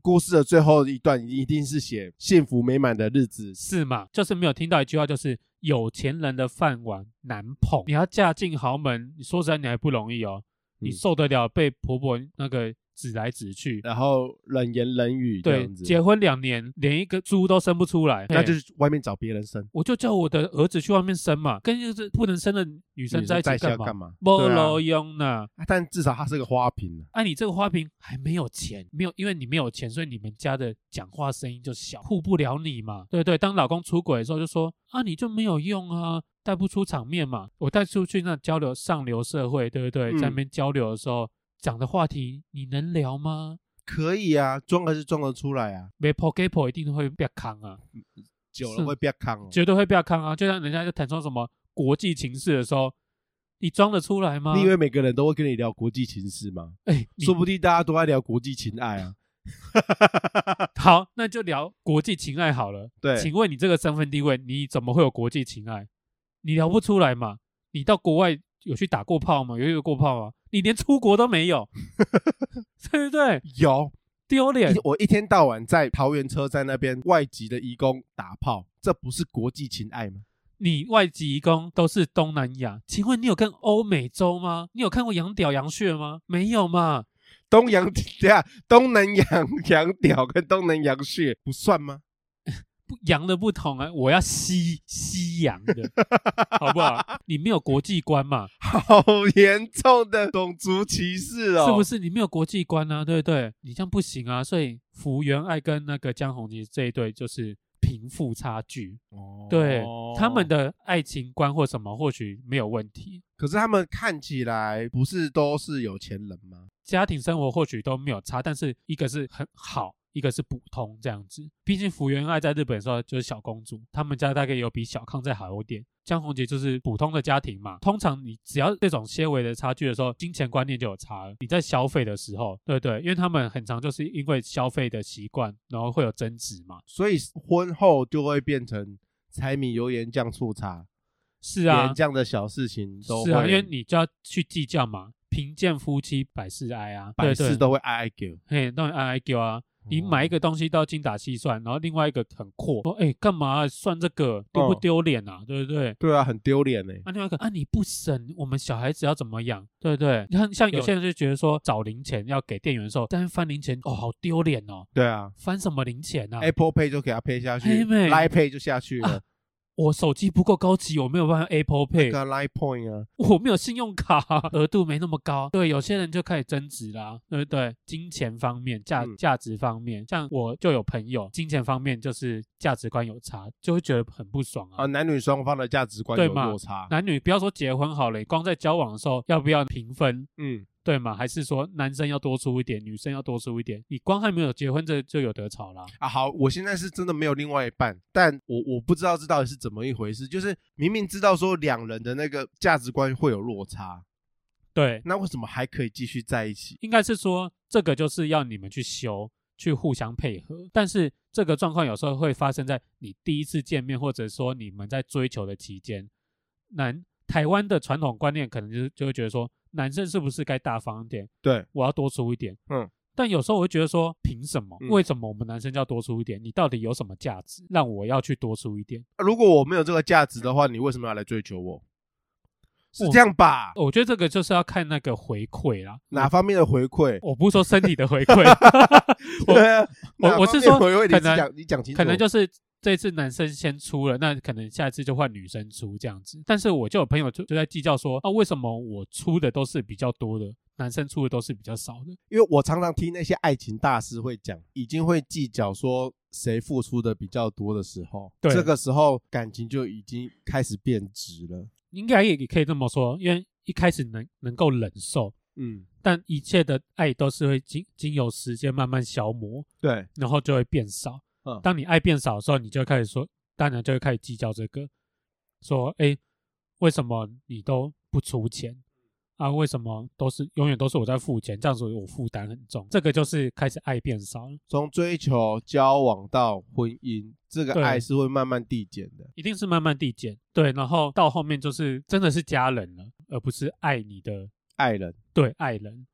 [SPEAKER 1] 故事的最后一段一定是写幸福美满的日子。
[SPEAKER 2] 是嘛？就是没有听到一句话，就是有钱人的饭碗难碰。你要嫁进豪门，你说实在你还不容易哦，你
[SPEAKER 1] 嗯
[SPEAKER 2] 受得了被婆婆那个指来指去？
[SPEAKER 1] 然后冷言冷语这
[SPEAKER 2] 对，
[SPEAKER 1] 样子，
[SPEAKER 2] 结婚两年连一个猪都生不出来，
[SPEAKER 1] 那
[SPEAKER 2] 嘿
[SPEAKER 1] 就是外面找别人生。
[SPEAKER 2] 我就叫我的儿子去外面生嘛，跟就是不能生的女生
[SPEAKER 1] 女
[SPEAKER 2] 在一起
[SPEAKER 1] 生要
[SPEAKER 2] 干
[SPEAKER 1] 干
[SPEAKER 2] 嘛？
[SPEAKER 1] 嘛？
[SPEAKER 2] 不
[SPEAKER 1] 对啊
[SPEAKER 2] 劳用呐！
[SPEAKER 1] 啊但至少它是个花瓶啊，
[SPEAKER 2] 啊，你这个花瓶还没有钱，没有，因为你没有钱，所以你们家的讲话声音就小，护不了你嘛。对对，当老公出轨的时候，就说啊，你就没有用啊，带不出场面嘛。我带出去那交流上流社会，对不对？
[SPEAKER 1] 嗯
[SPEAKER 2] 在那边交流的时候讲的话题，你能聊吗？
[SPEAKER 1] 可以啊，装还是装得出来啊，
[SPEAKER 2] 没 p o k e p o 一定会被扛啊，
[SPEAKER 1] 久
[SPEAKER 2] 是
[SPEAKER 1] 了会变康哦。
[SPEAKER 2] 绝对会被扛啊。就像人家在谈说什么国际情势的时候，你装得出来吗？
[SPEAKER 1] 你以为每个人都会跟你聊国际情势吗？
[SPEAKER 2] 哎，你
[SPEAKER 1] 说不定大家都在聊国际情爱啊。
[SPEAKER 2] 好，那就聊国际情爱好了。
[SPEAKER 1] 对，
[SPEAKER 2] 请问你这个身份地位，你怎么会有国际情爱？你聊不出来嘛？你到国外有去打过炮吗？有约过炮吗？你连出国都没 有，对不对？
[SPEAKER 1] 有
[SPEAKER 2] 丢脸
[SPEAKER 1] 一！我一天到晚在桃园车站那边外籍的义工打炮，这不是国际情爱吗？
[SPEAKER 2] 你外籍移工都是东南亚，请问你有跟欧美洲吗？你有看过羊屌羊血吗？没有嘛？
[SPEAKER 1] 东洋 等一下东南洋洋屌跟东南洋血不算吗？
[SPEAKER 2] 不羊的不同啊，我要西西 洋的，好不好？你没有国际观嘛？
[SPEAKER 1] 好严重的种族歧视哦！
[SPEAKER 2] 是不是你没有国际观啊？对不对？你这样不行啊！所以福原爱跟那个江宏杰这一对就是贫富差距，
[SPEAKER 1] 哦
[SPEAKER 2] 对、他们的爱情观或什么或许没有问题，
[SPEAKER 1] 可是他们看起来不是都是有钱人吗？
[SPEAKER 2] 家庭生活或许都没有差，但是一个是很好。一个是普通这样子，毕竟福原爱在日本的时候就是小公主，他们家大概有比小康再好一点。江宏杰就是普通的家庭嘛，通常你只要这种些微的差距的时候，金钱观念就有差了。你在消费的时候，对对，因为他们很常就是因为消费的习惯，然后会有争执嘛。
[SPEAKER 1] 所以婚后就会变成柴米油盐酱醋茶，
[SPEAKER 2] 是啊
[SPEAKER 1] 连，这样的小事情都
[SPEAKER 2] 是
[SPEAKER 1] 会，
[SPEAKER 2] 啊，因为你就要去计较嘛。贫贱夫妻百事哀啊，
[SPEAKER 1] 百
[SPEAKER 2] 对
[SPEAKER 1] 事
[SPEAKER 2] 对
[SPEAKER 1] 都会挨挨给。
[SPEAKER 2] 嘿，当然哀哀叫
[SPEAKER 1] 哦
[SPEAKER 2] 啊。你买一个东西都要精打细算，然后另外一个很阔，说哎干嘛算这个丢不
[SPEAKER 1] 嗯
[SPEAKER 2] 丢脸啊？对不对？
[SPEAKER 1] 对啊，很丢脸呢。
[SPEAKER 2] 啊，另外一个啊，你不省，我们小孩子要怎么养，对不对？你看，像有
[SPEAKER 1] 对
[SPEAKER 2] 些人就觉得说找零钱要给店员的时候，但是翻零钱哦，好丢脸哦，
[SPEAKER 1] 对啊
[SPEAKER 2] 翻什么零钱啊？
[SPEAKER 1] ，Apple Pay 就给他配下去
[SPEAKER 2] 嘿妹
[SPEAKER 1] ，Line Pay 就下去
[SPEAKER 2] 啊
[SPEAKER 1] 了，
[SPEAKER 2] 我手机不够高级，我没有办法 Apple
[SPEAKER 1] 那
[SPEAKER 2] Pay，
[SPEAKER 1] 个 Line Point 啊，
[SPEAKER 2] 我没有信用卡，额度没那么高。 对，有些人就开始争执啦，对不对？金钱方面、价
[SPEAKER 1] 嗯
[SPEAKER 2] 价值方面，像我就有朋友，金钱方面就是价值观有差，就会觉得很不爽啊。
[SPEAKER 1] 啊，男女双方的价值观
[SPEAKER 2] 对
[SPEAKER 1] 有
[SPEAKER 2] 嘛
[SPEAKER 1] 落差。
[SPEAKER 2] 男女不要说结婚好了，光在交往的时候要不要平分？
[SPEAKER 1] 嗯，
[SPEAKER 2] 对吗？还是说男生要多出一点，女生要多出一点？你光还没有结婚，这就有得吵啦。
[SPEAKER 1] 啊，好，我现在是真的没有另外一半，但我我不知道这到底是怎么一回事，就是明明知道说两人的那个价值观会有落差，
[SPEAKER 2] 对，
[SPEAKER 1] 那为什么还可以继续在一起？
[SPEAKER 2] 应该是说这个就是要你们去修，去互相配合。但是这个状况有时候会发生在你第一次见面，或者说你们在追求的期间。男台湾的传统观念可能就是就会觉得说，男生是不是该大方一点？
[SPEAKER 1] 对，
[SPEAKER 2] 我要多出一点。
[SPEAKER 1] 嗯。
[SPEAKER 2] 但有时候我会觉得说，凭什么？
[SPEAKER 1] 嗯
[SPEAKER 2] 为什么我们男生就要多出一点？你到底有什么价值，让我要去多出一点？
[SPEAKER 1] 啊如果我没有这个价值的话，你为什么要来追求我？是
[SPEAKER 2] 我
[SPEAKER 1] 这样吧？
[SPEAKER 2] 我觉得这个就是要看那个回馈啦。
[SPEAKER 1] 哪方面的回馈？
[SPEAKER 2] 我不是说身体的回馈， 我
[SPEAKER 1] 对啊
[SPEAKER 2] 我
[SPEAKER 1] 哪
[SPEAKER 2] 哦我
[SPEAKER 1] 方
[SPEAKER 2] 是
[SPEAKER 1] 面的
[SPEAKER 2] 说
[SPEAKER 1] 回馈你
[SPEAKER 2] 可
[SPEAKER 1] 是
[SPEAKER 2] 能
[SPEAKER 1] 讲你讲清楚，
[SPEAKER 2] 可能就是这次男生先出了，那可能下一次就换女生出这样子。但是我就有朋友就就在计较说，啊，为什么我出的都是比较多的，男生出的都是比较少的。
[SPEAKER 1] 因为我常常听那些爱情大师会讲，已经会计较说谁付出的比较多的时候，
[SPEAKER 2] 对
[SPEAKER 1] 这个时候感情就已经开始变质了。
[SPEAKER 2] 应该也可以这么说，因为一开始能能够忍受，
[SPEAKER 1] 嗯，
[SPEAKER 2] 但一切的爱都是会经经由时间慢慢消磨，
[SPEAKER 1] 对，
[SPEAKER 2] 然后就会变少。
[SPEAKER 1] 嗯
[SPEAKER 2] 当你爱变少的时候，你就会开始说，当然就会开始计较这个，说，哎，为什么你都不出钱啊？为什么都是永远都是我在付钱？这样子我负担很重。这个就是开始爱变少了，
[SPEAKER 1] 从追求、交往到婚姻，这个
[SPEAKER 2] 对
[SPEAKER 1] 爱是会慢慢递减的。
[SPEAKER 2] 一定是慢慢递减。对，然后到后面就是真的是家人了，而不是爱你的
[SPEAKER 1] 爱人，
[SPEAKER 2] 对爱人。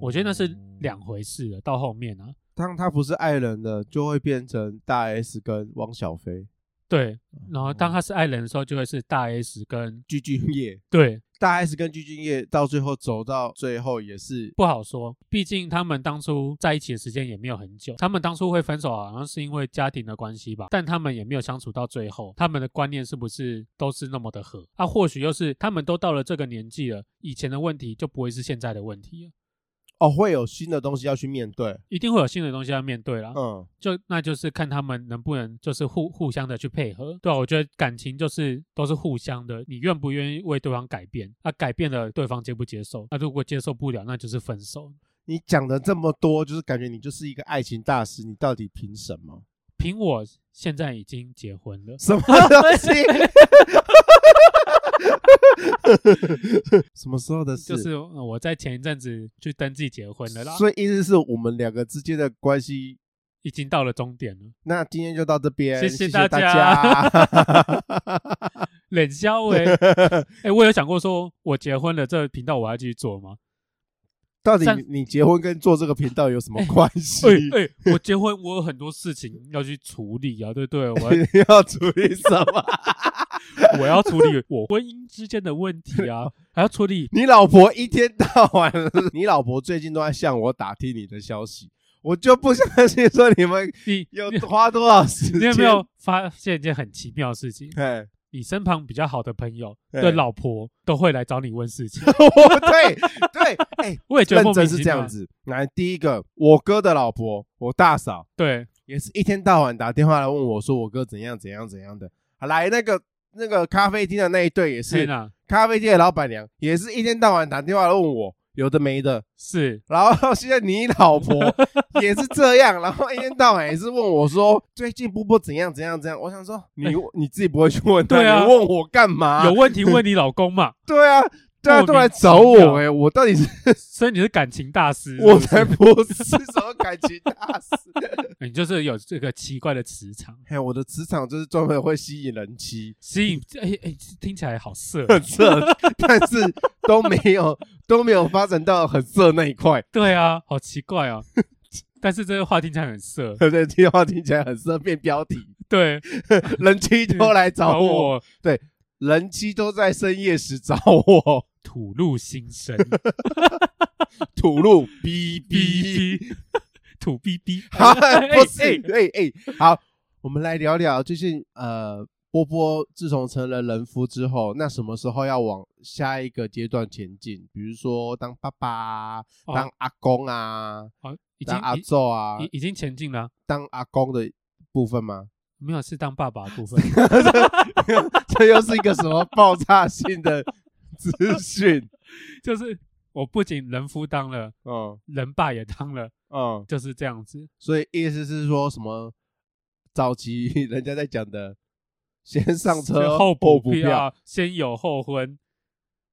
[SPEAKER 2] 我觉得那是两回事了。到后面啊，
[SPEAKER 1] 当他不是爱人的，就会变成大 S 跟汪小菲、
[SPEAKER 2] 对，然后当
[SPEAKER 1] 哦
[SPEAKER 2] 他是爱人的时候，就会是大 S 跟
[SPEAKER 1] 鞠婧祎。
[SPEAKER 2] 对，
[SPEAKER 1] 大 S 跟鞠婧祎到最后走到最后也是
[SPEAKER 2] 不好说，毕竟他们当初在一起的时间也没有很久。他们当初会分手，好像是因为家庭的关系吧，但他们也没有相处到最后。他们的观念是不是都是那么的合？啊，或许又是他们都到了这个年纪了，以前的问题就不会是现在的问题了，
[SPEAKER 1] 哦，会有新的东西要去面对。
[SPEAKER 2] 一定会有新的东西要面对啦。
[SPEAKER 1] 嗯，
[SPEAKER 2] 就那就是看他们能不能就是互互相的去配合。对啊、我觉得感情就是都是互相的，你愿不愿意为对方改变？啊，改变了对方接不接受？那、如果接受不了，那就是分手。
[SPEAKER 1] 你讲的这么多，就是感觉你就是一个爱情大师，你到底凭什么？
[SPEAKER 2] 凭我现在已经结婚了，
[SPEAKER 1] 什么东西？ 什么时候的事？
[SPEAKER 2] 就是呃我在前一阵子去登记结婚了啦，
[SPEAKER 1] 所以意思是我们两个之间的关系。
[SPEAKER 2] 已经到了终点了。
[SPEAKER 1] 那今天就到这边，
[SPEAKER 2] 谢
[SPEAKER 1] 谢
[SPEAKER 2] 大
[SPEAKER 1] 大
[SPEAKER 2] 家冷笑伟，哎，我有想过说，我结婚了，这个频道我要继续做吗？
[SPEAKER 1] 到底
[SPEAKER 2] 上
[SPEAKER 1] 你你结婚跟做这个频道有 什么关系？
[SPEAKER 2] 哎哎，我结婚，我有很多事情要去处理啊，对不对？我要
[SPEAKER 1] 你要处理什么？
[SPEAKER 2] 我要处理我婚姻之间的问题啊，还要 处理
[SPEAKER 1] 你老婆一天到晚， 你老婆最近都在向我打听你的消息，我就不相信说你们
[SPEAKER 2] 你
[SPEAKER 1] 有
[SPEAKER 2] 你
[SPEAKER 1] 花多少时间。
[SPEAKER 2] 你有没有发现一件很奇妙的事情？
[SPEAKER 1] 哎？
[SPEAKER 2] 你身旁比较好的朋友
[SPEAKER 1] 对
[SPEAKER 2] 的老婆都会来找你问事 情，
[SPEAKER 1] 我对对， 哎、
[SPEAKER 2] 我也觉得
[SPEAKER 1] 认
[SPEAKER 2] 莫名
[SPEAKER 1] 真
[SPEAKER 2] 其
[SPEAKER 1] 是这
[SPEAKER 2] 妙
[SPEAKER 1] 样。子。来，第一个，我哥的老婆，我大嫂
[SPEAKER 2] 对，
[SPEAKER 1] 也是一天到晚打电话来问我说我哥怎样怎样怎样的。来，那个那个咖啡厅的那一对也
[SPEAKER 2] 天
[SPEAKER 1] 是，
[SPEAKER 2] 哪，
[SPEAKER 1] 咖啡店的老板娘也是一天到晚打电话来问我有的没的。
[SPEAKER 2] 是
[SPEAKER 1] 然后现在你老 婆也是这样，然后一天到晚也是问我说最近波波怎样怎样怎样。我想说 你你自己不会去问他，
[SPEAKER 2] 对啊
[SPEAKER 1] 你问我干嘛？
[SPEAKER 2] 有问题问你老 公嘛？
[SPEAKER 1] 对啊，大家都来找
[SPEAKER 2] 莫名其妙
[SPEAKER 1] 我哎、我到底是
[SPEAKER 2] 所以你是感情大师，
[SPEAKER 1] 我
[SPEAKER 2] 是不
[SPEAKER 1] 才
[SPEAKER 2] 是
[SPEAKER 1] 不是 什么感情大 师。
[SPEAKER 2] 你就是有这个奇怪的磁场，
[SPEAKER 1] 哎，我的磁场就是专门会吸引人 妻，
[SPEAKER 2] 吸引哎哎，听起来好 色啊。
[SPEAKER 1] 很色，但是都没有都没有发展到很色那一块。
[SPEAKER 2] 对啊，好奇 怪哦。但是这个话听起来很色，
[SPEAKER 1] 对不对？这句话听起来很色，变标题，
[SPEAKER 2] 对，
[SPEAKER 1] 人妻都来找
[SPEAKER 2] 找
[SPEAKER 1] 我，
[SPEAKER 2] 我
[SPEAKER 1] 人妻都在深夜时找我，
[SPEAKER 2] 吐露 心声，
[SPEAKER 1] 吐露哔哔。
[SPEAKER 2] 哔 哔，土哔 哔，
[SPEAKER 1] 好，啊不是，
[SPEAKER 2] 哎
[SPEAKER 1] 哎哎，好，我们来聊聊最近呃，波波自从成了人夫之后，那什么时候要往下一个阶段前进？比如说当爸爸啊、
[SPEAKER 2] 哦
[SPEAKER 1] 当阿公啊、
[SPEAKER 2] 好，已经
[SPEAKER 1] 当阿
[SPEAKER 2] 已
[SPEAKER 1] 宙啊、
[SPEAKER 2] 已已经前进了啊，
[SPEAKER 1] 当阿公的部分吗？
[SPEAKER 2] 没有是当爸爸的部分。
[SPEAKER 1] 这又是一个什么爆炸性 的资讯？
[SPEAKER 2] 就是我不仅人夫当了，
[SPEAKER 1] 嗯
[SPEAKER 2] 人爸也当了，
[SPEAKER 1] 嗯，
[SPEAKER 2] 就是这样子。
[SPEAKER 1] 所以意思是说什么？早期 人家在讲的，先上车
[SPEAKER 2] 后
[SPEAKER 1] 补
[SPEAKER 2] 补
[SPEAKER 1] 票
[SPEAKER 2] 票，先有后婚。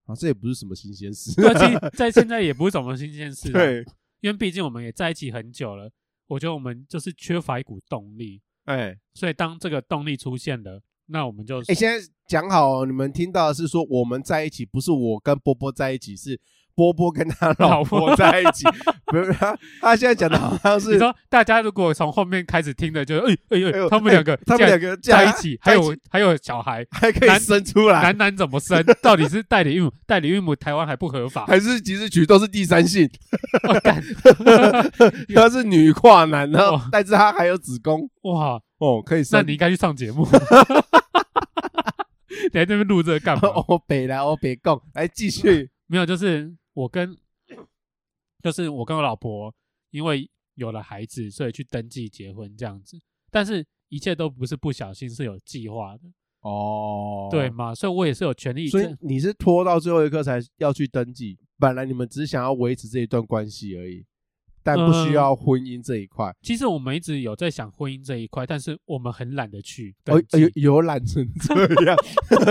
[SPEAKER 1] 啊，这也不是什么新鲜事。
[SPEAKER 2] 对，啊其实在现在也不是什么新鲜事、啊。，
[SPEAKER 1] 对，
[SPEAKER 2] 因为毕竟我们也在一起很久了，我觉得我们就是缺乏一股动力，
[SPEAKER 1] 哎
[SPEAKER 2] 所以当这个动力出现了，那我们就
[SPEAKER 1] 哎，现在讲好哦，你们听到的是说我们在一起，不是我跟波波在一起，是波波跟 他老
[SPEAKER 2] 老
[SPEAKER 1] 婆
[SPEAKER 2] 婆
[SPEAKER 1] 在一起。不是他，他现在讲的好像
[SPEAKER 2] 你
[SPEAKER 1] 是
[SPEAKER 2] 说大家如果从后面开始听的，就哎哎
[SPEAKER 1] 哎呦
[SPEAKER 2] 哎，他们
[SPEAKER 1] 哎
[SPEAKER 2] 两个
[SPEAKER 1] 他
[SPEAKER 2] 竟
[SPEAKER 1] 们两
[SPEAKER 2] 然
[SPEAKER 1] 个
[SPEAKER 2] 在一
[SPEAKER 1] 竟然
[SPEAKER 2] 起，
[SPEAKER 1] 在
[SPEAKER 2] 还
[SPEAKER 1] 一
[SPEAKER 2] 有还有小孩，
[SPEAKER 1] 还可以
[SPEAKER 2] 男
[SPEAKER 1] 生出来，
[SPEAKER 2] 男男怎么生？到底是代理孕母？代理孕母台湾还不合法？
[SPEAKER 1] 还是即时取都是第三 性，
[SPEAKER 2] 哦干
[SPEAKER 1] 他是女跨男，然后
[SPEAKER 2] 哦
[SPEAKER 1] 但是他还有子宫
[SPEAKER 2] 哇！
[SPEAKER 1] 哦，可以
[SPEAKER 2] 那
[SPEAKER 1] 生。
[SPEAKER 2] 你应该去上节目。
[SPEAKER 1] 哦
[SPEAKER 2] 你在这边录这个干嘛？
[SPEAKER 1] 我北来，我北共来继续。
[SPEAKER 2] 没有，就是我跟就是我跟我老婆因为有了孩子，所以去登记结婚这样子，但是一切都不是不小心，是有计划的，
[SPEAKER 1] 哦，
[SPEAKER 2] 对，吗？所以我也是有权利
[SPEAKER 1] 所
[SPEAKER 2] 这
[SPEAKER 1] 以你是拖到最后一刻才要去登记，本来你们只是想要维持这一段关系而已，但不
[SPEAKER 2] 嗯
[SPEAKER 1] 需要婚姻这一块。
[SPEAKER 2] 其实我们一直有在想婚姻这一块，但是我们很懒得去
[SPEAKER 1] 哦
[SPEAKER 2] 登，记，
[SPEAKER 1] 有有懒成这样，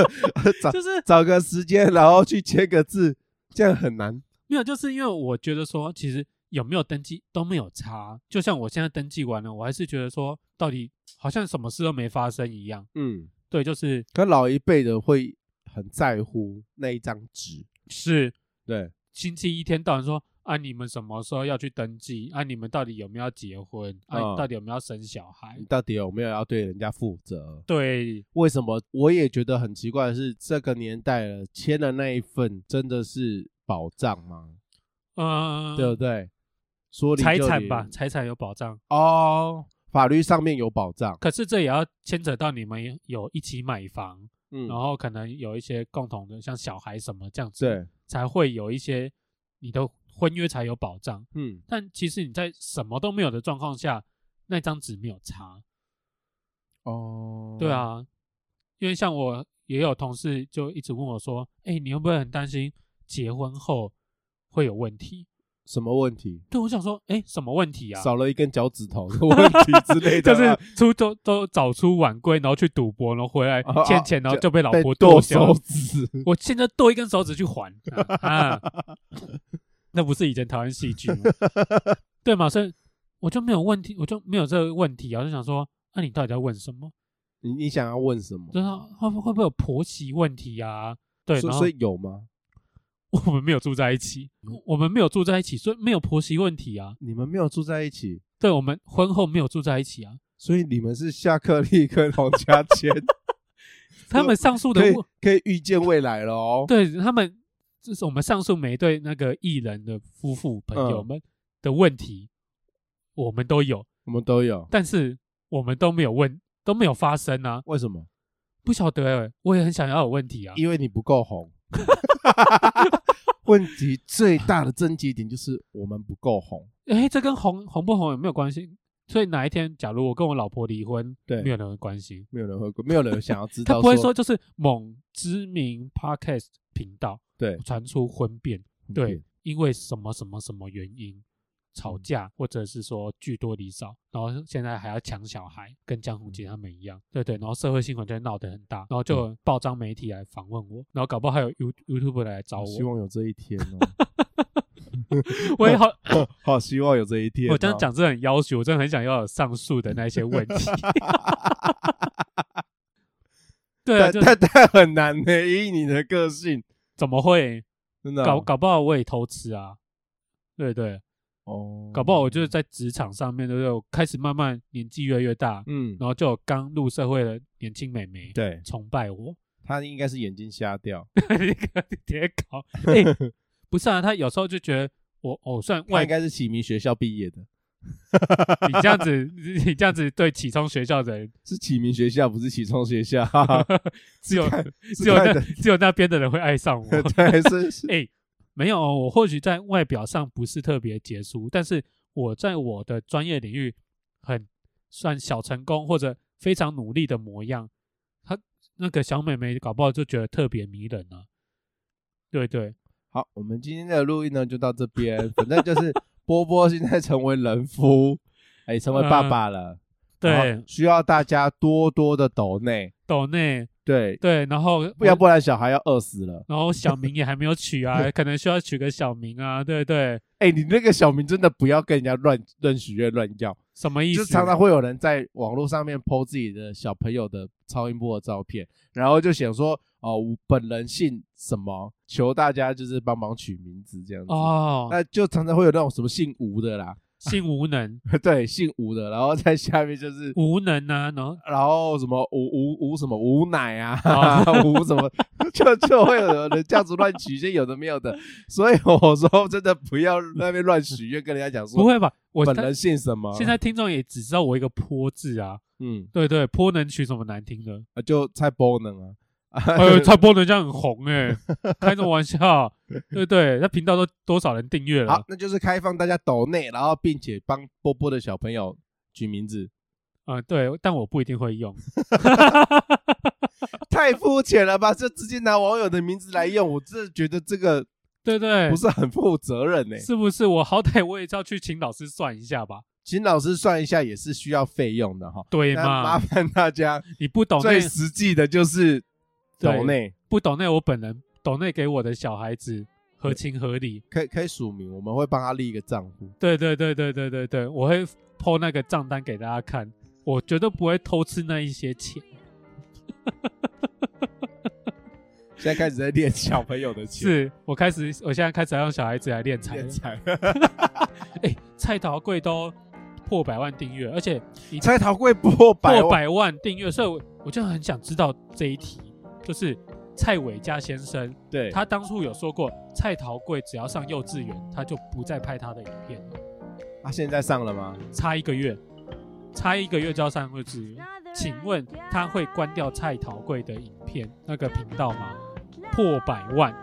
[SPEAKER 1] 找
[SPEAKER 2] 就是
[SPEAKER 1] 找个时间，然后去签个字，这样很难。
[SPEAKER 2] 没有，就是因为我觉得说，其实有没有登记都没有差。就像我现在登记完了，我还是觉得说，到底好像什么事都没发生一样。
[SPEAKER 1] 嗯，
[SPEAKER 2] 对，就是
[SPEAKER 1] 可老一辈的会很在乎那一张纸，
[SPEAKER 2] 是
[SPEAKER 1] 对，
[SPEAKER 2] 亲戚一天到晚说啊，你们什么时候要去登记？啊，你们到底有没有要结婚？啊，
[SPEAKER 1] 嗯
[SPEAKER 2] 到底有没有要生小孩
[SPEAKER 1] 你？到底有没有要对人家负责？
[SPEAKER 2] 对，
[SPEAKER 1] 为什么我也觉得很奇怪的是，这个年代了，签的那一份真的是保障吗？
[SPEAKER 2] 嗯、
[SPEAKER 1] 对不对？说离
[SPEAKER 2] 财
[SPEAKER 1] 就
[SPEAKER 2] 产
[SPEAKER 1] 离
[SPEAKER 2] 吧，财产有保障，
[SPEAKER 1] 哦，法律上面有保障，
[SPEAKER 2] 可是这也要牵扯到你们有一起买房，
[SPEAKER 1] 嗯
[SPEAKER 2] 然，后可能有一些共同的，像小孩什么这样子。
[SPEAKER 1] 对，
[SPEAKER 2] 才会有一些你的婚约才有保障。
[SPEAKER 1] 嗯，
[SPEAKER 2] 但其实你在什么都没有的状况下，那张纸没有差。
[SPEAKER 1] 哦，
[SPEAKER 2] 对，啊，因为像我也有同事就一直问我说：“哎、你会不会很担心结婚后会有问题
[SPEAKER 1] 什么问题？”
[SPEAKER 2] 对，我想说：“哎、什么问题啊？”
[SPEAKER 1] 少了一根脚趾头的问题之类的
[SPEAKER 2] 就
[SPEAKER 1] 啊，
[SPEAKER 2] 是出都都早出晚归，然后去赌博，然后回来
[SPEAKER 1] 哦
[SPEAKER 2] 欠钱，然后就被老
[SPEAKER 1] 被
[SPEAKER 2] 婆
[SPEAKER 1] 剁
[SPEAKER 2] 销
[SPEAKER 1] 手指。
[SPEAKER 2] 我现在剁一根手指去还啊啊那不是以前台湾戏剧吗？对嘛？所以我就没有问题，我就没有这个问题啊，我就想说，那、你到底在问什么？
[SPEAKER 1] 你你想要问什么？
[SPEAKER 2] 就是会不会不会有婆媳问题啊？对，
[SPEAKER 1] 所
[SPEAKER 2] 然后
[SPEAKER 1] 所以有吗？
[SPEAKER 2] 我们没有住在一起，我们没有住在一起，所以没有婆媳问题啊。
[SPEAKER 1] 你们没有住在一起，
[SPEAKER 2] 对，我们婚后没有住在一起啊。
[SPEAKER 1] 所以你们是夏克立跟黄家 千
[SPEAKER 2] 他们上述的
[SPEAKER 1] 可以
[SPEAKER 2] 问
[SPEAKER 1] 可以预见未来了哦。
[SPEAKER 2] 对他们，就是我们上述每一对那个艺人的夫妇朋友
[SPEAKER 1] 嗯
[SPEAKER 2] 们的问题，我们都有。
[SPEAKER 1] 我们都有，
[SPEAKER 2] 但是我们都没有问，都没有发生啊，
[SPEAKER 1] 为什么？
[SPEAKER 2] 不晓得哎、我也很想要有问题啊。
[SPEAKER 1] 因为你不够 红。 问题最大的症结点就是我们不够红。
[SPEAKER 2] 哎，这跟红红不红有没有关系？所以哪一天，假如我跟我老婆离婚，
[SPEAKER 1] 对
[SPEAKER 2] 没有人会关心，
[SPEAKER 1] 没有人会， 没有人想要知
[SPEAKER 2] 他
[SPEAKER 1] 道。
[SPEAKER 2] 不会说就是某知名 podcast 频道
[SPEAKER 1] 对
[SPEAKER 2] 传出婚变，对
[SPEAKER 1] 对，
[SPEAKER 2] 因为什么什么什么原因
[SPEAKER 1] 嗯
[SPEAKER 2] 吵架，或者是说聚多离少，然后现在还要抢小孩，跟江宏杰他们一
[SPEAKER 1] 嗯
[SPEAKER 2] 样，对对，然后社会新闻就会闹得很大，然后就有报章媒体来访问我，然后搞不好还有 You YouTube 来找
[SPEAKER 1] 好希
[SPEAKER 2] 我，
[SPEAKER 1] 望有这一天哦，
[SPEAKER 2] 我也好，
[SPEAKER 1] 好希望有这一天哦。
[SPEAKER 2] 我这样讲真的很要求，我真的很想要有上述的那一些问题。 对啊，
[SPEAKER 1] 但，
[SPEAKER 2] 就
[SPEAKER 1] 但 但很难呢，以你的个性，
[SPEAKER 2] 怎么会
[SPEAKER 1] 真的
[SPEAKER 2] 搞搞不好我也偷吃啊？对对，
[SPEAKER 1] 哦，
[SPEAKER 2] 搞不好我就是在职场上面，对不对？我开始慢慢年纪越来越大，
[SPEAKER 1] 嗯，
[SPEAKER 2] 然后就有刚入社会的年轻美眉
[SPEAKER 1] 对
[SPEAKER 2] 崇拜我，
[SPEAKER 1] 他应该是眼睛瞎掉，
[SPEAKER 2] 你别搞，哎、不是啊，她有时候就觉得我， 我、算
[SPEAKER 1] 他
[SPEAKER 2] 外
[SPEAKER 1] 应该是启明学校毕业的，
[SPEAKER 2] 你这样子， 你这样子对启聪学校的人，
[SPEAKER 1] 是启明学校，不是启聪学校，
[SPEAKER 2] 只有
[SPEAKER 1] 看
[SPEAKER 2] 只有
[SPEAKER 1] 看
[SPEAKER 2] 那
[SPEAKER 1] 的
[SPEAKER 2] 只有那边的人会爱上我。
[SPEAKER 1] 对，是是
[SPEAKER 2] 哎、没有，哦我或许在外表上不是特别杰出，但是我在我的专业领域很算小成功或者非常努力的模样，她那个小美眉搞不好就觉得特别迷人啊。对对，
[SPEAKER 1] 好，我们今天的录音呢就到这 边，反正就是波波现在成为人夫，哎，成为爸爸了，然
[SPEAKER 2] 嗯对
[SPEAKER 1] 后，需要大家多多的抖内，
[SPEAKER 2] 抖内
[SPEAKER 1] 对，
[SPEAKER 2] 对，然后
[SPEAKER 1] 不要
[SPEAKER 2] 我
[SPEAKER 1] 不然小孩要饿死了。
[SPEAKER 2] 然后小名也还没有取 啊，可能需要取个小名啊，对对，
[SPEAKER 1] 哎、你那个小名真的不要跟人家乱乱许愿乱要，
[SPEAKER 2] 什么意
[SPEAKER 1] 就
[SPEAKER 2] 思？
[SPEAKER 1] 常常会有人在网络上面 PO 自己的小朋友的超音波的照片，然后就想说哦，我本人姓什么，求大家就是帮忙取名字这样子。
[SPEAKER 2] 哦，
[SPEAKER 1] 那就常常会有那种什么姓吴的啦，
[SPEAKER 2] 性无能，
[SPEAKER 1] 对，姓吴的，然后在下面就是
[SPEAKER 2] 无能啊，然后
[SPEAKER 1] 然后什么吴吴吴什么吴奶啊
[SPEAKER 2] 哦，
[SPEAKER 1] 吴、什么，就就会有人这样子乱取一些有的没有的，所以我说真的不要那边乱许愿，跟人家讲
[SPEAKER 2] 不
[SPEAKER 1] 说
[SPEAKER 2] 会吧？我
[SPEAKER 1] 本
[SPEAKER 2] 他
[SPEAKER 1] 人姓什么，
[SPEAKER 2] 现在听众也只知道我一个“坡”字啊，
[SPEAKER 1] 嗯
[SPEAKER 2] 对对，“坡”能取什么难听的？
[SPEAKER 1] 啊就蔡波能啊。
[SPEAKER 2] 哎，蔡波能这样很红哎、 开什么玩笑？对不对？那频道都多少人订阅
[SPEAKER 1] 好
[SPEAKER 2] 了，？
[SPEAKER 1] 那就是开放大家抖内，然后并且帮波波的小朋友取名字，
[SPEAKER 2] 嗯，对，但我不一定会用。
[SPEAKER 1] 太肤浅了吧？这直接拿网友的名字来用，我真的觉得这个
[SPEAKER 2] 对对，
[SPEAKER 1] 不是很负责任呢、
[SPEAKER 2] 是不是？我好歹我也要去请老师算一下吧，
[SPEAKER 1] 请老师算一下，也是需要费用的哈。
[SPEAKER 2] 对
[SPEAKER 1] 那麻
[SPEAKER 2] 吗？
[SPEAKER 1] 烦大家
[SPEAKER 2] 你不懂
[SPEAKER 1] 最
[SPEAKER 2] 那
[SPEAKER 1] 实际的就是抖
[SPEAKER 2] 对
[SPEAKER 1] 内，
[SPEAKER 2] 不懂那我本人懂那给我的小孩子合情合理。
[SPEAKER 1] 可以可以署名，我们会帮他立一个账户。
[SPEAKER 2] 对对对对对对对，我会抛那个账单给大家看，我绝对不会偷吃那一些钱。
[SPEAKER 1] 现在开始在练小朋友的钱，
[SPEAKER 2] 是我开始，我现在开始要让小孩子来练财了
[SPEAKER 1] 练。 财。
[SPEAKER 2] 哎、蔡桃贵都破百万订阅，而且你
[SPEAKER 1] 蔡桃贵破百
[SPEAKER 2] 破
[SPEAKER 1] 万，
[SPEAKER 2] 百万订阅，所以我我就很想知道这一题，就是蔡伟嘉先生，
[SPEAKER 1] 对，
[SPEAKER 2] 他当初有说过，蔡桃贵只要上幼稚园，他就不再拍他的影片了，
[SPEAKER 1] 他现在上了吗？
[SPEAKER 2] 差一个月，差一个月就要上幼稚园。请问他会关掉蔡桃贵的影片那个频道吗？破百万，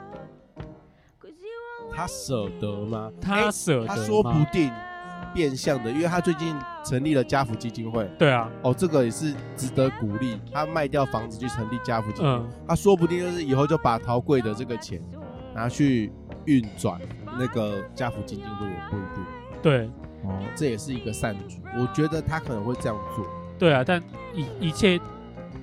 [SPEAKER 1] 他舍得吗？
[SPEAKER 2] 他
[SPEAKER 1] 哎
[SPEAKER 2] 舍得吗？
[SPEAKER 1] 他说不定变相的，因为他最近成立了家福基金会，
[SPEAKER 2] 对啊，
[SPEAKER 1] 哦，这个也是值得鼓励。他卖掉房子去成立家福基金会，
[SPEAKER 2] 嗯，
[SPEAKER 1] 他说不定就是以后就把陶贵的这个钱拿去运转那个家福基金会，也不一定。
[SPEAKER 2] 对
[SPEAKER 1] 哦，这也是一个善举，我觉得他可能会这样做。
[SPEAKER 2] 对啊，但一一切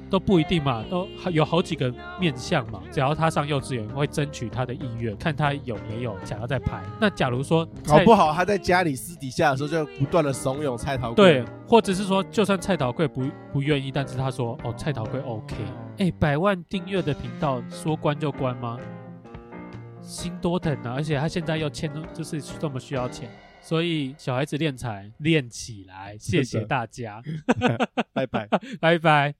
[SPEAKER 2] 都不一定嘛，都有好几个面向嘛。只要他上幼稚园，会争取他的意愿，看他有没有想要再拍。那假如说
[SPEAKER 1] 搞
[SPEAKER 2] 蔡
[SPEAKER 1] 哦不好他在家里私底下的时候就不断的怂恿蔡桃贵。
[SPEAKER 2] 对，或者是说，就算蔡桃贵不不愿意，但是他说哦，蔡桃贵 OK。哎，百万订阅的频道说关就关吗？心多疼啊！而且他现在又欠，就是这么需要钱，所以小孩子练财练起来，谢谢
[SPEAKER 1] 真的
[SPEAKER 2] 大家，
[SPEAKER 1] 拜拜。
[SPEAKER 2] 拜拜。